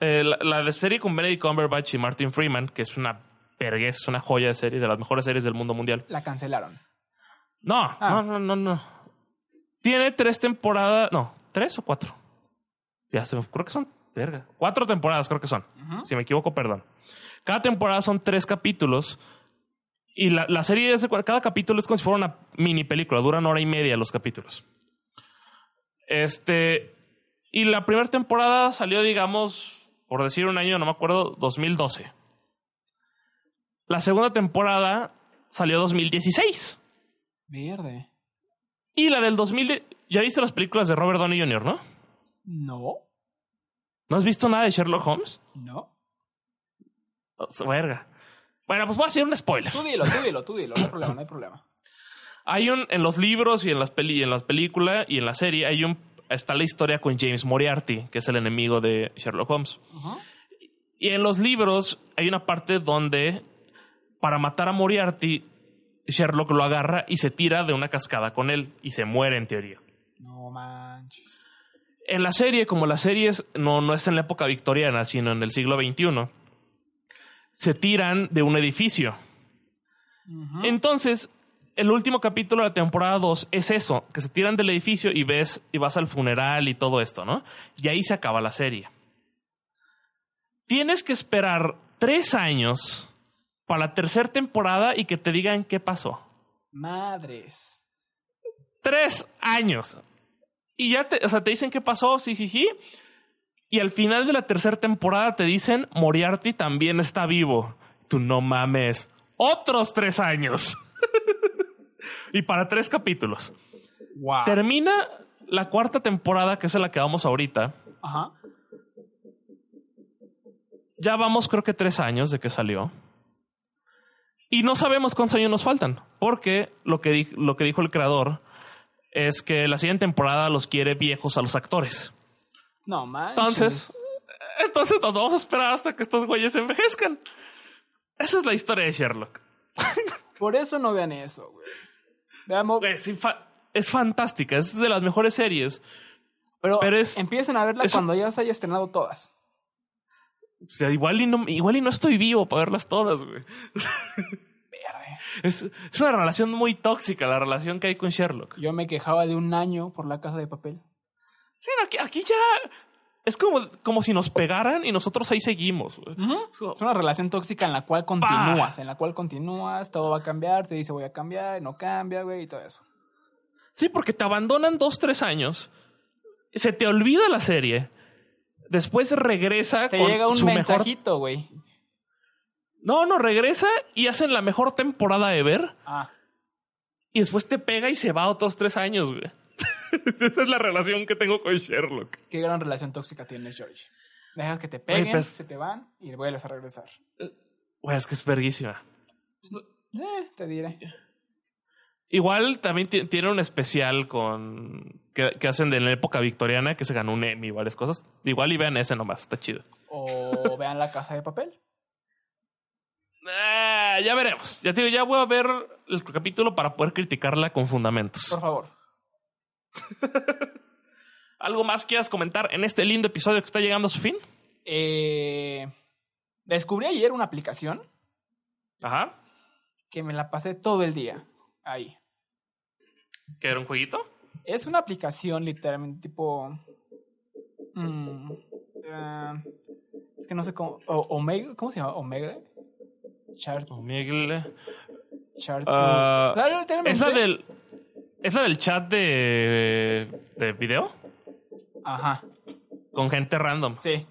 S2: Eh, la, la de serie con Benedict Cumberbatch y Martin Freeman, que es una vergüenza, es una joya de serie, de las mejores series del mundo mundial.
S1: La cancelaron.
S2: No,
S1: Ah.
S2: no, no, no, no. Tiene tres temporadas. No, tres o cuatro. Ya se me- creo que son. verga, Cuatro temporadas, creo que son.
S1: Ujú.
S2: Si me equivoco, perdón. Cada temporada son tres capítulos. Y la, la serie es. de cua- Cada capítulo es como si fuera una mini película. Duran hora y media los capítulos. Este. Y la primera temporada salió, digamos, por decir un año, no me acuerdo, 2012. La segunda temporada salió 2016.
S1: Verde.
S2: Y la del 2000, de- ya viste las películas de Robert Downey Jr., ¿no?
S1: No,
S2: ¿No has visto nada de Sherlock Holmes?
S1: no.
S2: O sea, verga. Bueno, pues voy a hacer un spoiler.
S1: Tú dilo, tú dilo, tú dilo. No hay problema, no hay problema.
S2: Hay un en los libros y en las peli, en las películas y en la serie hay un está la historia con James Moriarty, que es el enemigo de Sherlock Holmes.
S1: Ujú.
S2: Y en los libros hay una parte donde para matar a Moriarty Sherlock lo agarra y se tira de una cascada con él y se muere en teoría.
S1: No manches.
S2: en la serie, como la serie es- no, no es en la época victoriana, sino en el siglo XXI, se tiran de un edificio.
S1: Ujú.
S2: Entonces, el último capítulo de la temporada 2 es eso, que se tiran del edificio y ves y vas al funeral y todo esto, ¿no? Y ahí se acaba la serie. Tienes que esperar tres años para la tercera temporada y que te digan qué pasó.
S1: Madres.
S2: tres años. Y ya te, o sea, te dicen qué pasó, sí, sí, sí. Y al final de la tercera temporada te dicen Moriarty también está vivo. Tú no mames. Otros tres años. y para tres capítulos.
S1: Wow.
S2: Termina la cuarta temporada, que es a la que vamos ahorita.
S1: Ajá.
S2: Ya vamos, creo que tres años de que salió. Y no sabemos cuántos años nos faltan, porque lo que, di- lo que dijo el creador es que la siguiente temporada los quiere viejos a los actores.
S1: No manches.
S2: Entonces, entonces nos vamos a esperar hasta que estos güeyes envejezcan. Esa es la historia de Sherlock.
S1: Por eso no vean eso, güey. Veamos.
S2: Güey, sí, fa- es fantástica, es de las mejores series.
S1: Pero,
S2: pero es-
S1: empiecen a verla
S2: es-
S1: cuando ya se haya estrenado todas.
S2: O sea, igual y no, igual y no estoy vivo para verlas todas, güey.
S1: Verde.
S2: Es, es una relación muy tóxica la relación que hay con Sherlock.
S1: Yo me quejaba de un año por la casa de papel.
S2: Sí, no, aquí, aquí ya es como, como si nos pegaran y nosotros ahí seguimos. güey. So-
S1: Es una relación tóxica en la cual continúas, en la cual continúas, todo va a cambiar, te dice voy a cambiar, no cambia, güey, y todo eso.
S2: Sí, porque te abandonan dos, tres años, se te olvida la serie, después regresa
S1: Te
S2: con
S1: llega un
S2: su mejor
S1: mensajito, güey.
S2: No, no, regresa y hacen la mejor temporada ever.
S1: Ah,
S2: Y después te pega y se va otros tres años, güey. Esa es la relación que tengo con Sherlock.
S1: qué gran relación tóxica tienes, George. Dejas que te peguen,
S2: pues-
S1: se te van y vuelves a regresar.
S2: Güey, es que es verguísima.
S1: Eh, te diré.
S2: Igual también ti- tiene un especial con que, que hacen de la época victoriana que se ganó un Emmy y varias cosas. Igual y vean ese nomás, está chido.
S1: O vean la casa de papel.
S2: Ah, ya veremos. Ya te digo, ya voy a ver el capítulo para poder criticarla con fundamentos.
S1: Por favor.
S2: ¿Algo más quieras comentar en este lindo episodio que está llegando a su fin?
S1: Eh, descubrí ayer una aplicación
S2: Ajá.
S1: que me la pasé todo el día ahí.
S2: ¿Que era un jueguito?
S1: Es una aplicación literalmente tipo... mm, ah, es que no sé cómo... o- Omega, ¿Cómo se llama? Omega. Chart.
S2: Miguel.
S1: chart
S2: Ah,
S1: o sea, literalmente-
S2: ¿Es la del. ¿Es la del chat de. de video?
S1: Ajá.
S2: Con gente random.
S1: Sí.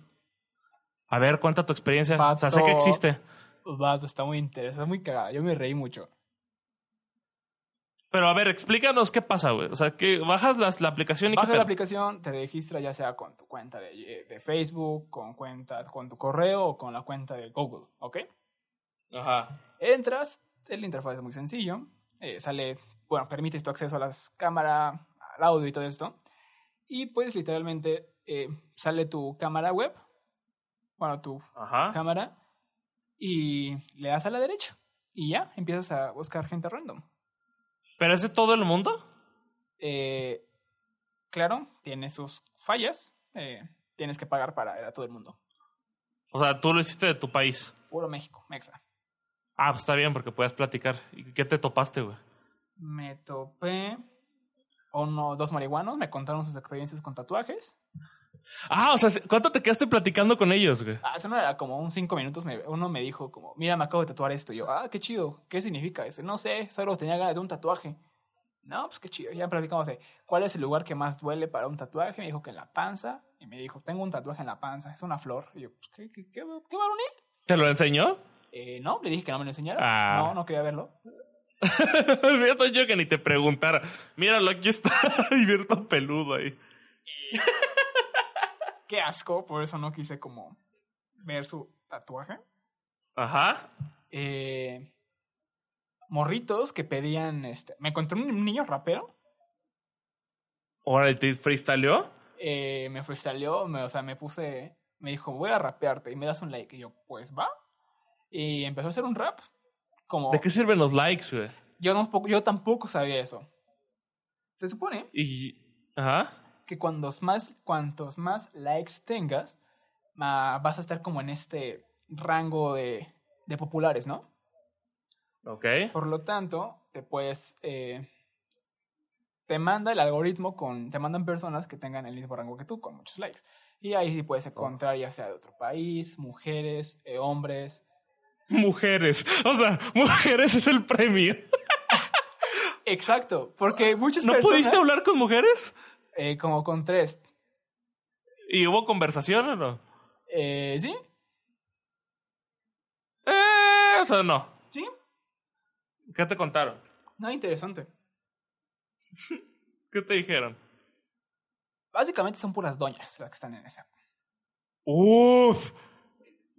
S2: A ver, cuenta tu experiencia. O sea, sé que
S1: Pato.
S2: existe.
S1: Vato, está muy interesante, muy cagada. Yo me reí mucho.
S2: Pero a ver, explícanos qué pasa, güey. O sea, que bajas las- la aplicación y qué
S1: Baja la
S2: pedo.
S1: aplicación, te registra ya sea con tu cuenta de, eh, de Facebook, con, cuenta, con tu correo o con la cuenta de Google, ¿ok?
S2: Ajá.
S1: Entras, el interfaz es muy sencillo, eh, sale, bueno, permites tu acceso a las cámaras, al audio y todo esto, y pues literalmente eh, sale tu cámara web, bueno, tu
S2: Ajá.
S1: cámara, y le das a la derecha, y ya, empiezas a buscar gente random.
S2: ¿Pero es de todo el mundo?
S1: Eh, claro, tiene sus fallas. eh, tienes que pagar para ir a todo el mundo.
S2: O sea, tú lo hiciste de tu país.
S1: Puro México, Mexa.
S2: Ah, pues está bien, porque puedes platicar. ¿Y qué te topaste, güey?
S1: Me topé uno, dos marihuanos, me contaron sus experiencias con tatuajes.
S2: Ah, o sea, ¿cuánto te quedaste platicando con ellos, güey?
S1: Ah, eso no era como un cinco minutos. me- uno me dijo como, mira, me acabo de tatuar esto. Y yo, ah, qué chido, ¿qué significa eso? No sé, solo tenía ganas de un tatuaje. No, pues qué chido. Ya platicamos de cuál es el lugar que más duele para un tatuaje. Me dijo que en la panza. Y me dijo, tengo un tatuaje en la panza, es una flor. Y yo, pues, ¿qué, qué, qué, qué varonil.
S2: ¿Te lo enseñó?
S1: Eh, no, le dije que no me lo enseñara.
S2: Ah.
S1: No, no quería verlo.
S2: Yo soy yo que ni te preguntara. Míralo, aquí está. y Virto peludo ahí.
S1: Qué asco, por eso no quise como ver su tatuaje.
S2: Ajá.
S1: Eh, morritos que pedían, este, me encontré un niño rapero,
S2: Ahora te freestyleó.
S1: eh, me freestyleó, me, o sea, me puse, me dijo, voy a rapearte y me das un like. Y yo, pues va. Y empezó a hacer un rap. Como
S2: ¿De qué sirven los likes, güey?
S1: yo, tampoco, yo tampoco sabía eso. Se supone
S2: Y. Ajá.
S1: que cuantos más, cuantos más likes tengas, ma- vas a estar como en este rango de, de populares, ¿no?
S2: Ok.
S1: Por lo tanto, te puedes. eh, te manda el algoritmo con. Te mandan personas que tengan el mismo rango que tú, con muchos likes. Y ahí sí puedes encontrar, ya sea de otro país, mujeres, eh, hombres.
S2: Mujeres. O sea, mujeres es el premio.
S1: Exacto, porque muchas
S2: ¿No
S1: personas.
S2: pudiste hablar con mujeres?
S1: eh, como con tres.
S2: ¿Y hubo conversación o no?
S1: Eh, ¿Sí?
S2: Eh, o sea, no.
S1: ¿Sí?
S2: ¿Qué te contaron?
S1: Nada interesante.
S2: ¿Qué te dijeron?
S1: Básicamente son puras doñas las que están en esa.
S2: Uf.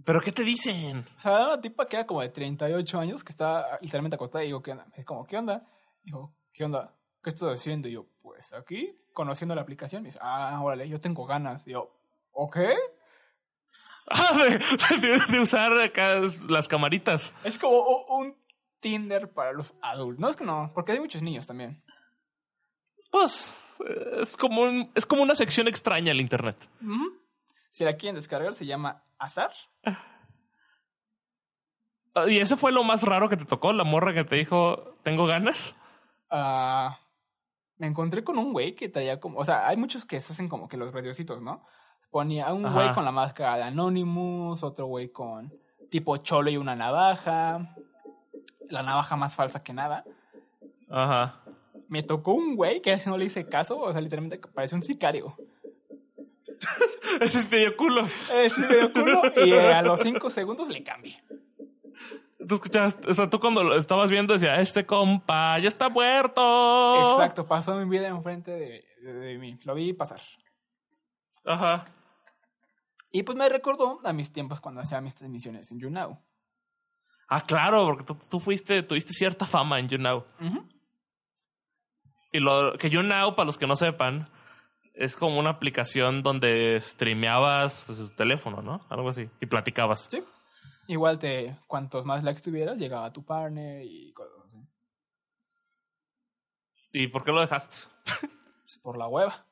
S2: ¿Pero qué te dicen?
S1: O sea, era una tipa que era como de 38 años, que está literalmente acostada y digo, ¿qué onda? Es como, ¿qué onda? Dijo, ¿qué onda? ¿Qué estoy haciendo? Y yo, pues aquí, conociendo la aplicación, me dice, ah, órale, yo tengo ganas. Y yo, ¿ok?
S2: Ah, de, de- de usar acá las camaritas.
S1: Es como u- un Tinder para los adultos. No es que no, porque hay muchos niños también.
S2: Pues eh, es como, un- es como una sección extraña el internet.
S1: Ujú. Si la quieren descargar, se llama Azar.
S2: Ah, Y ese fue lo más raro que te tocó, la morra que te dijo, tengo ganas.
S1: Ah, me encontré con un güey que traía como, o sea, hay muchos que se hacen como que los radiositos, ¿no? Ponía un güey
S2: Ajá.
S1: con la máscara de Anonymous, otro güey con tipo cholo y una navaja, la navaja más falsa que nada.
S2: Ajá.
S1: Me tocó un güey que así no le hice caso, o sea, literalmente parece un sicario.
S2: Ese es medio culo.
S1: Ese Eh, me dio culo y eh, a los cinco segundos le cambié.
S2: Tú escuchaste, o sea, tú cuando lo estabas viendo decía, este compa ya está muerto.
S1: Exacto, pasó mi vida enfrente de, de- de mí, lo vi pasar.
S2: Ajá.
S1: Y pues me recordó a mis tiempos cuando hacía mis transmisiones en YouNow.
S2: Ah, claro, porque tú, tú fuiste, tuviste cierta fama en YouNow.
S1: Ujú.
S2: Y lo que YouNow, para los que no sepan, es como una aplicación donde streameabas desde tu teléfono, ¿no? Algo así. Y platicabas.
S1: Sí. Igual te, cuantos más likes tuvieras, llegaba tu partner y cosas así.
S2: ¿Y por qué lo dejaste?
S1: Pues, por la hueva.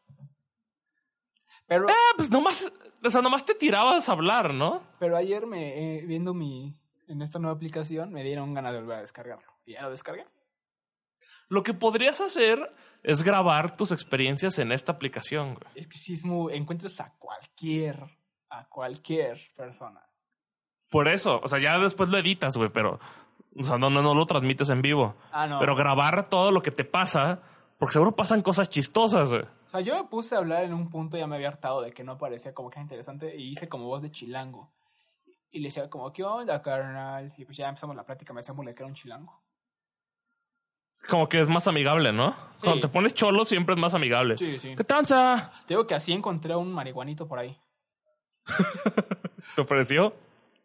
S1: Pero,
S2: Ah, pues nomás, o sea, nomás te tirabas a hablar, ¿no?
S1: pero ayer me eh, viendo mi en esta nueva aplicación me dieron ganas de volver a descargarlo. Y ya lo descargué.
S2: Lo que podrías hacer es grabar tus experiencias en esta aplicación, güey.
S1: Es que sí es muy, encuentras a cualquier, a cualquier persona.
S2: Por eso, o sea, ya después lo editas, güey, pero o sea, no, no, no lo transmites en vivo.
S1: Ah, no.
S2: Pero grabar todo lo que te pasa, porque seguro pasan cosas chistosas, güey.
S1: O sea, yo me puse a hablar en un punto, ya me había hartado de que no parecía como que era interesante, y hice como voz de chilango. Y le decía como, ¿qué onda, carnal? Y pues ya empezamos la plática, me hacían burla de que era un chilango.
S2: Como que es más amigable, ¿no?
S1: Sí.
S2: Cuando te pones cholo siempre es más amigable.
S1: Sí, sí.
S2: ¿Qué tranza?
S1: Te digo que así encontré a un marihuanito por ahí.
S2: ¿Te pareció?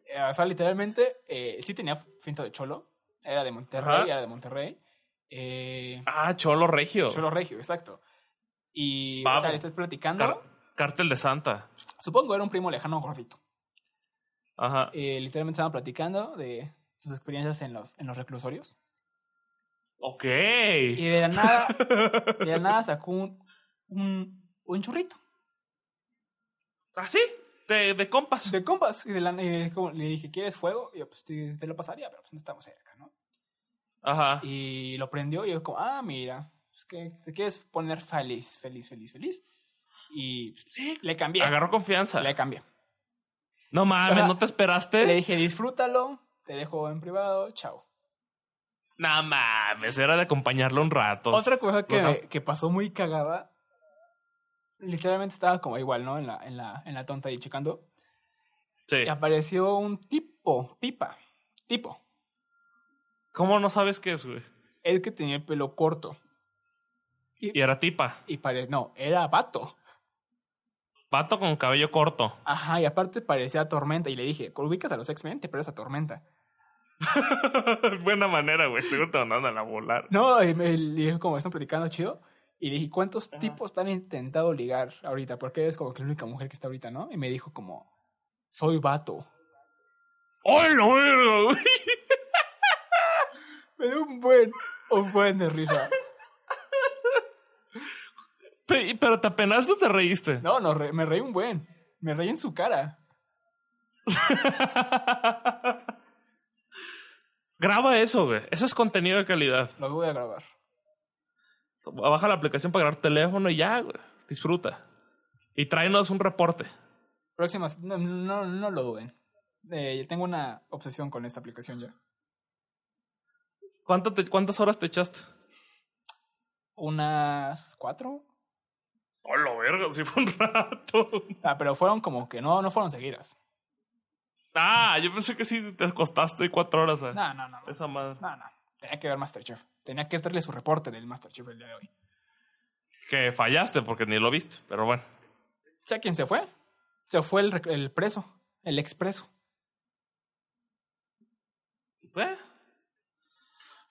S1: Eh, o sea, literalmente, eh, sí tenía finta de cholo, era de Monterrey,
S2: Ajá.
S1: era de Monterrey. Eh,
S2: Ah, cholo regio.
S1: cholo regio, exacto. Y, o
S2: Pavo.
S1: sea, le estás platicando,
S2: Car- Cártel de Santa.
S1: supongo era un primo lejano gordito.
S2: Ajá.
S1: Eh, literalmente estaban platicando de sus experiencias en los, en los reclusorios.
S2: Ok.
S1: Y de la nada, de la nada sacó un, un, un churrito
S2: ¿Ah, sí? De, de compas.
S1: de compas. Y de la, y como le dije, ¿quieres fuego? Y yo, pues te, te lo pasaría, pero pues no estamos cerca, ¿no?
S2: Ajá.
S1: Y lo prendió y yo como, ah, mira, es que te quieres poner feliz, feliz, feliz, feliz. Y pues,
S2: Sí.
S1: le cambié,
S2: Agarró confianza.
S1: le cambié.
S2: No mames,
S1: Ajá.
S2: ¿no te esperaste?
S1: Le dije, disfrútalo, te dejo en privado, chao.
S2: No mames, era de acompañarlo un rato.
S1: Otra cosa que,
S2: Los as-
S1: que pasó muy cagada, literalmente estaba como igual, ¿no? En la, en la, en la tonta y checando.
S2: Sí.
S1: Y apareció un tipo, pipa, tipo.
S2: ¿Cómo no sabes qué es, güey?
S1: El que tenía el pelo corto.
S2: Y era tipa.
S1: Y pare... No, era vato.
S2: Pato con cabello corto.
S1: Ajá, y aparte parecía tormenta. Y le dije, ubicas a los X-Men, te parece a tormenta.
S2: Buena manera, güey. Seguro te mandaron a volar.
S1: No, y me y dijo, como están platicando chido. Y le dije, ¿cuántos tipos te han intentado ligar ahorita? Porque eres como que la única mujer que está ahorita, ¿no? Y me dijo como, soy vato.
S2: ¡Ay, la verga, güey!
S1: Me dio un buen, un buen de risa.
S2: Pe- Pero te apenaste o te reíste.
S1: No, no, re- me reí un buen. Me reí en su cara.
S2: Graba eso, güey. Eso es contenido de calidad.
S1: Lo voy a grabar.
S2: Baja la aplicación para grabar teléfono y ya, güey. Disfruta. Y tráenos un reporte.
S1: Próximas, no, no, no lo duden. Eh, tengo una obsesión con esta aplicación ya.
S2: ¿Cuánto te- ¿Cuántas horas te echaste?
S1: Unas cuatro.
S2: ¡Hola, verga! Sí fue un rato.
S1: Ah, pero fueron como que no, no fueron seguidas.
S2: Ah, yo pensé que sí te acostaste cuatro horas. eh.
S1: No, no, no. No,
S2: Esa madre.
S1: no. no. Tenía que ver Masterchef. Tenía que darle su reporte del Masterchef el día de hoy.
S2: Que fallaste porque ni lo viste, pero bueno.
S1: ¿Sabes quién se fue? Se fue el, rec- el preso, el expreso.
S2: Eh.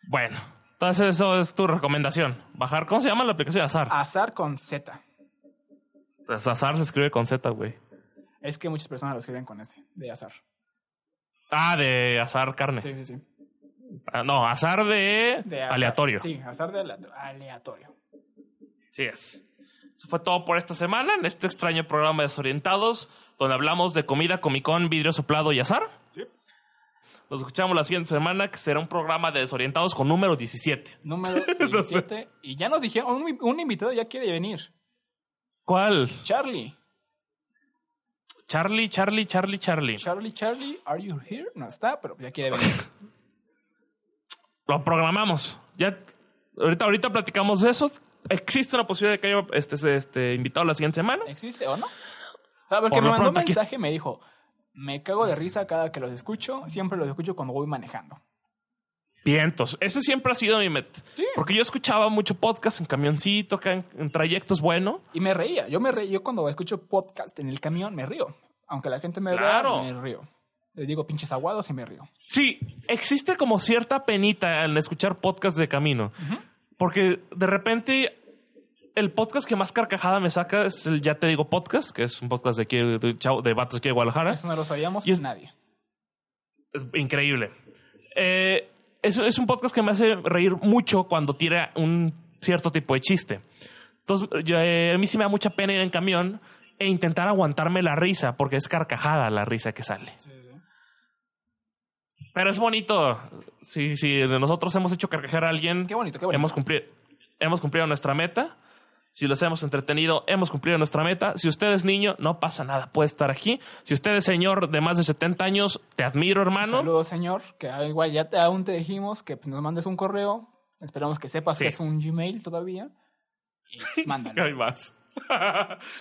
S2: Bueno, entonces eso es tu recomendación. Bajar, ¿cómo se llama la aplicación? Azar.
S1: Azar con Z.
S2: Pues azar se escribe con Z, güey.
S1: Es que muchas personas lo escriben con S, de azar.
S2: Ah, de azar carne.
S1: Sí, sí, sí.
S2: Ah, no, azar de,
S1: De azar.
S2: aleatorio. Sí.
S1: Sí, azar de ale- aleatorio.
S2: es. Eso fue todo por esta semana en este extraño programa de Desorientados, donde hablamos de comida, comicón, vidrio soplado y azar.
S1: Sí.
S2: Nos escuchamos la siguiente semana, que será un programa de Desorientados con número 17.
S1: Número 17. y ya nos dijeron, un, un invitado ya quiere venir.
S2: ¿Cuál?
S1: Charlie.
S2: Charlie, Charlie, Charlie, Charlie.
S1: Charlie, Charlie, are you here? No está, pero ya quiere venir.
S2: lo programamos. Ya, ahorita, ahorita platicamos de eso. Existe una posibilidad de que haya este, este invitado la siguiente semana.
S1: ¿Existe o no? Ah, porque
S2: Por
S1: me
S2: lo
S1: mandó un
S2: pronto aquí-
S1: mensaje y me dijo, me cago de risa cada que los escucho, siempre los escucho cuando voy manejando.
S2: Vientos. Ese siempre ha sido mi meta.
S1: Sí.
S2: Porque yo escuchaba mucho podcast en camioncito, acá en, en trayectos, bueno.
S1: Y me reía, yo me reí, yo cuando escucho podcast en el camión me río. Aunque la gente me
S2: Claro.
S1: vea, me río. Les digo pinches aguados y me río.
S2: Sí, existe como cierta penita en escuchar podcast de camino. Porque de repente el podcast que más carcajada me saca es el Ya Te Digo Podcast, que es un podcast de aquí, de, chavo- de vatos aquí de Guadalajara.
S1: Eso no lo sabíamos
S2: ¿Eh? Y es-
S1: nadie.
S2: Es increíble. Eh, es, es un podcast que me hace reír mucho cuando tira un cierto tipo de chiste. Entonces, yo, eh, a mí sí me da mucha pena ir en camión e intentar aguantarme la risa, porque es carcajada la risa que sale. Pero es bonito. Si, si nosotros hemos hecho carcajear a alguien,
S1: Qué bonito, qué bonito.
S2: Hemos, cumplido, hemos cumplido nuestra meta. Si los hemos entretenido, hemos cumplido nuestra meta. Si usted es niño, no pasa nada, puede estar aquí. Si usted es señor de más de 70 años, te admiro, hermano.
S1: Saludos, señor. Que ah, igual ya te- aún te dijimos que pues, nos mandes un correo. Esperamos que sepas
S2: Sí.
S1: que es un Gmail todavía. Y pues, mándalo.
S2: Hay más.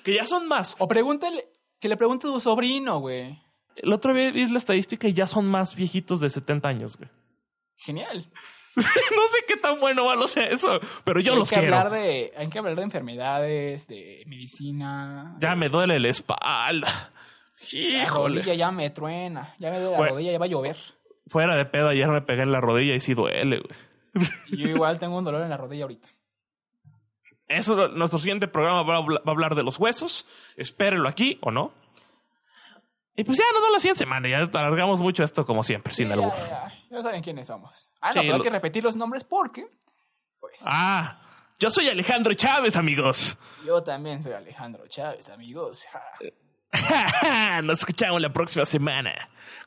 S2: que ya son más.
S1: O pregúntale, que le pregunte a tu sobrino, güey.
S2: El otro día vi la estadística y ya son más viejitos de 70 años, güey.
S1: Genial.
S2: no sé qué tan bueno o malo sea eso, pero yo
S1: hay
S2: los
S1: que
S2: quiero.
S1: Hablar de, hay que hablar de enfermedades, de medicina.
S2: Ya me duele la espalda.
S1: La
S2: Híjole.
S1: rodilla ya me truena. Ya me duele la
S2: Güey.
S1: rodilla, ya va a llover.
S2: Fuera de pedo, ayer me pegué en la rodilla y sí duele, güey.
S1: Y yo igual tengo un dolor en la rodilla ahorita.
S2: Eso, nuestro siguiente programa va a, habl- va a hablar de los huesos. Espérenlo aquí o no. Y pues ya nos vemos la siguiente semana. Ya alargamos mucho esto como siempre, sin
S1: Sí,
S2: albur.
S1: Ya, ya, ya. Ya saben quiénes somos. Ah,
S2: Sí,
S1: no, pero hay
S2: lo-
S1: que repetir los nombres porque pues,
S2: Ah, yo soy Alejandro Chávez, amigos.
S1: yo también soy Alejandro Chávez, amigos. Ja.
S2: Nos escuchamos la próxima semana.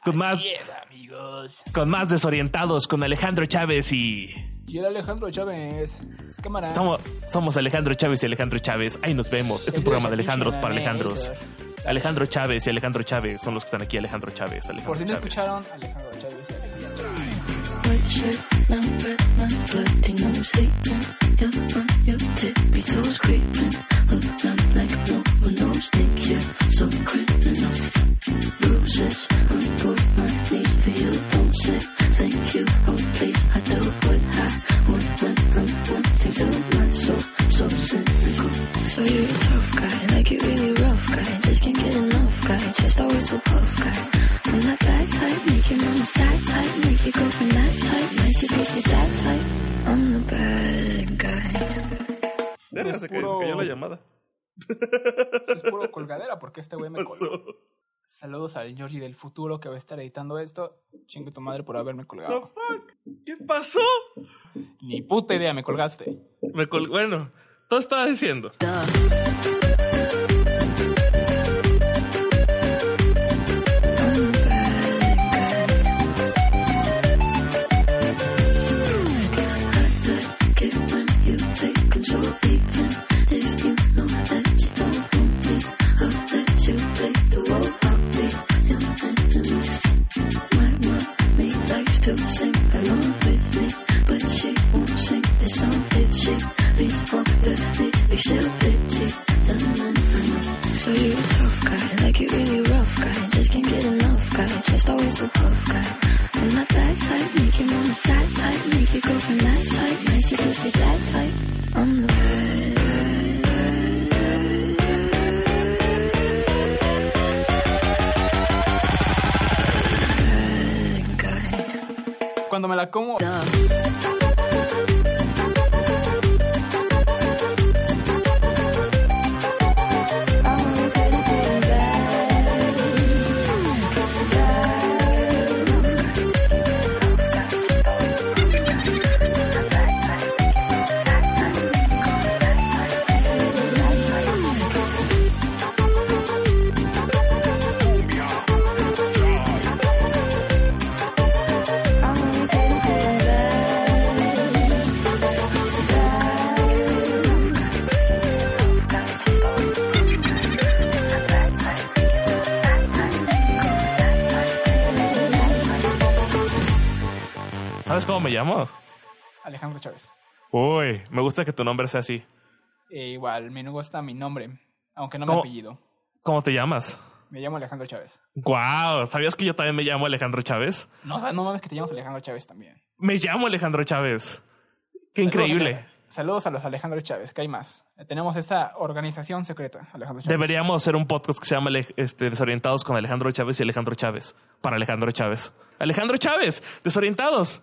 S2: Con más,
S1: Así es, amigos.
S2: con más desorientados, con Alejandro Chávez y.
S1: Y el Alejandro Chávez. Es cámara.
S2: Somos, somos Alejandro Chávez y Alejandro Chávez. Ahí nos vemos. Este
S1: Saludos
S2: programa
S1: a
S2: de Alejandros
S1: pinche
S2: para
S1: Alejandro.
S2: Alejandros. Alejandro Chávez y Alejandro Chávez son los que están aquí. Alejandro Chávez.
S1: Por si
S2: Alejandro
S1: no
S2: Chávez.
S1: escucharon, Alejandro Chávez. y Alejandro.
S3: Bloodshed, not red, not flirting, no statement. You're on your tippy toes, creeping. Look around like no one knows, think you're so criminal. Bruises on both my knees for you, don't say thank you. Oh, please, I do what I want when I'm wanting to. Not so, so cynical. So you're a tough guy, like you really rough guy. Just can't get enough guy, just always so puff guy. I'm that bad type, make your mama sad type, make your girlfriend that type, nice if it's your dad type. I'm the bad guy.
S2: Ya, se cayó- se cayó la llamada.
S1: Es puro colgadera porque este güey me colgó. Saludos al Georgie del futuro que va a estar editando esto. Chingue tu madre por haberme colgado.
S2: ¿Qué pasó?
S1: Ni puta idea, me colgaste.
S2: Me col- Bueno, todo estaba diciendo.
S3: I'm the bad guy. I like it when you take control, even if you know that you don't want me. I'll let you play the role. I'll be your enemy. My mommy likes to sing along with me, but she won't sing this song if she reads for the lyrics. Then I know. So you're a tough guy, like you really rough guy. Just can't get enough guy, just always a puff guy. I'm that bad type, make your mama sad type, make your girlfriend that type, nice if it's your dad type. I'm the bad bad guy.
S1: Cuando me la como,
S2: ¿Sabes cómo me llamo?
S1: Alejandro Chávez.
S2: Uy, me gusta que tu nombre sea así.
S1: E igual, me gusta mi nombre, aunque no mi
S2: ¿Cómo?
S1: apellido.
S2: ¿Cómo te llamas?
S1: Me llamo Alejandro Chávez.
S2: Wow, ¿sabías que yo también me llamo Alejandro Chávez?
S1: No, o sea, no mames que te llamas Alejandro Chávez también.
S2: Me llamo Alejandro Chávez.
S1: Saludos a-
S2: Qué increíble.
S1: Saludos a los Alejandro Chávez, que hay más. Eh, Tenemos esta organización secreta, Alejandro Chávez.
S2: Deberíamos hacer un podcast que se llama Ale- este, Desorientados con Alejandro Chávez y Alejandro Chávez. Para Alejandro Chávez. Alejandro Chávez, desorientados.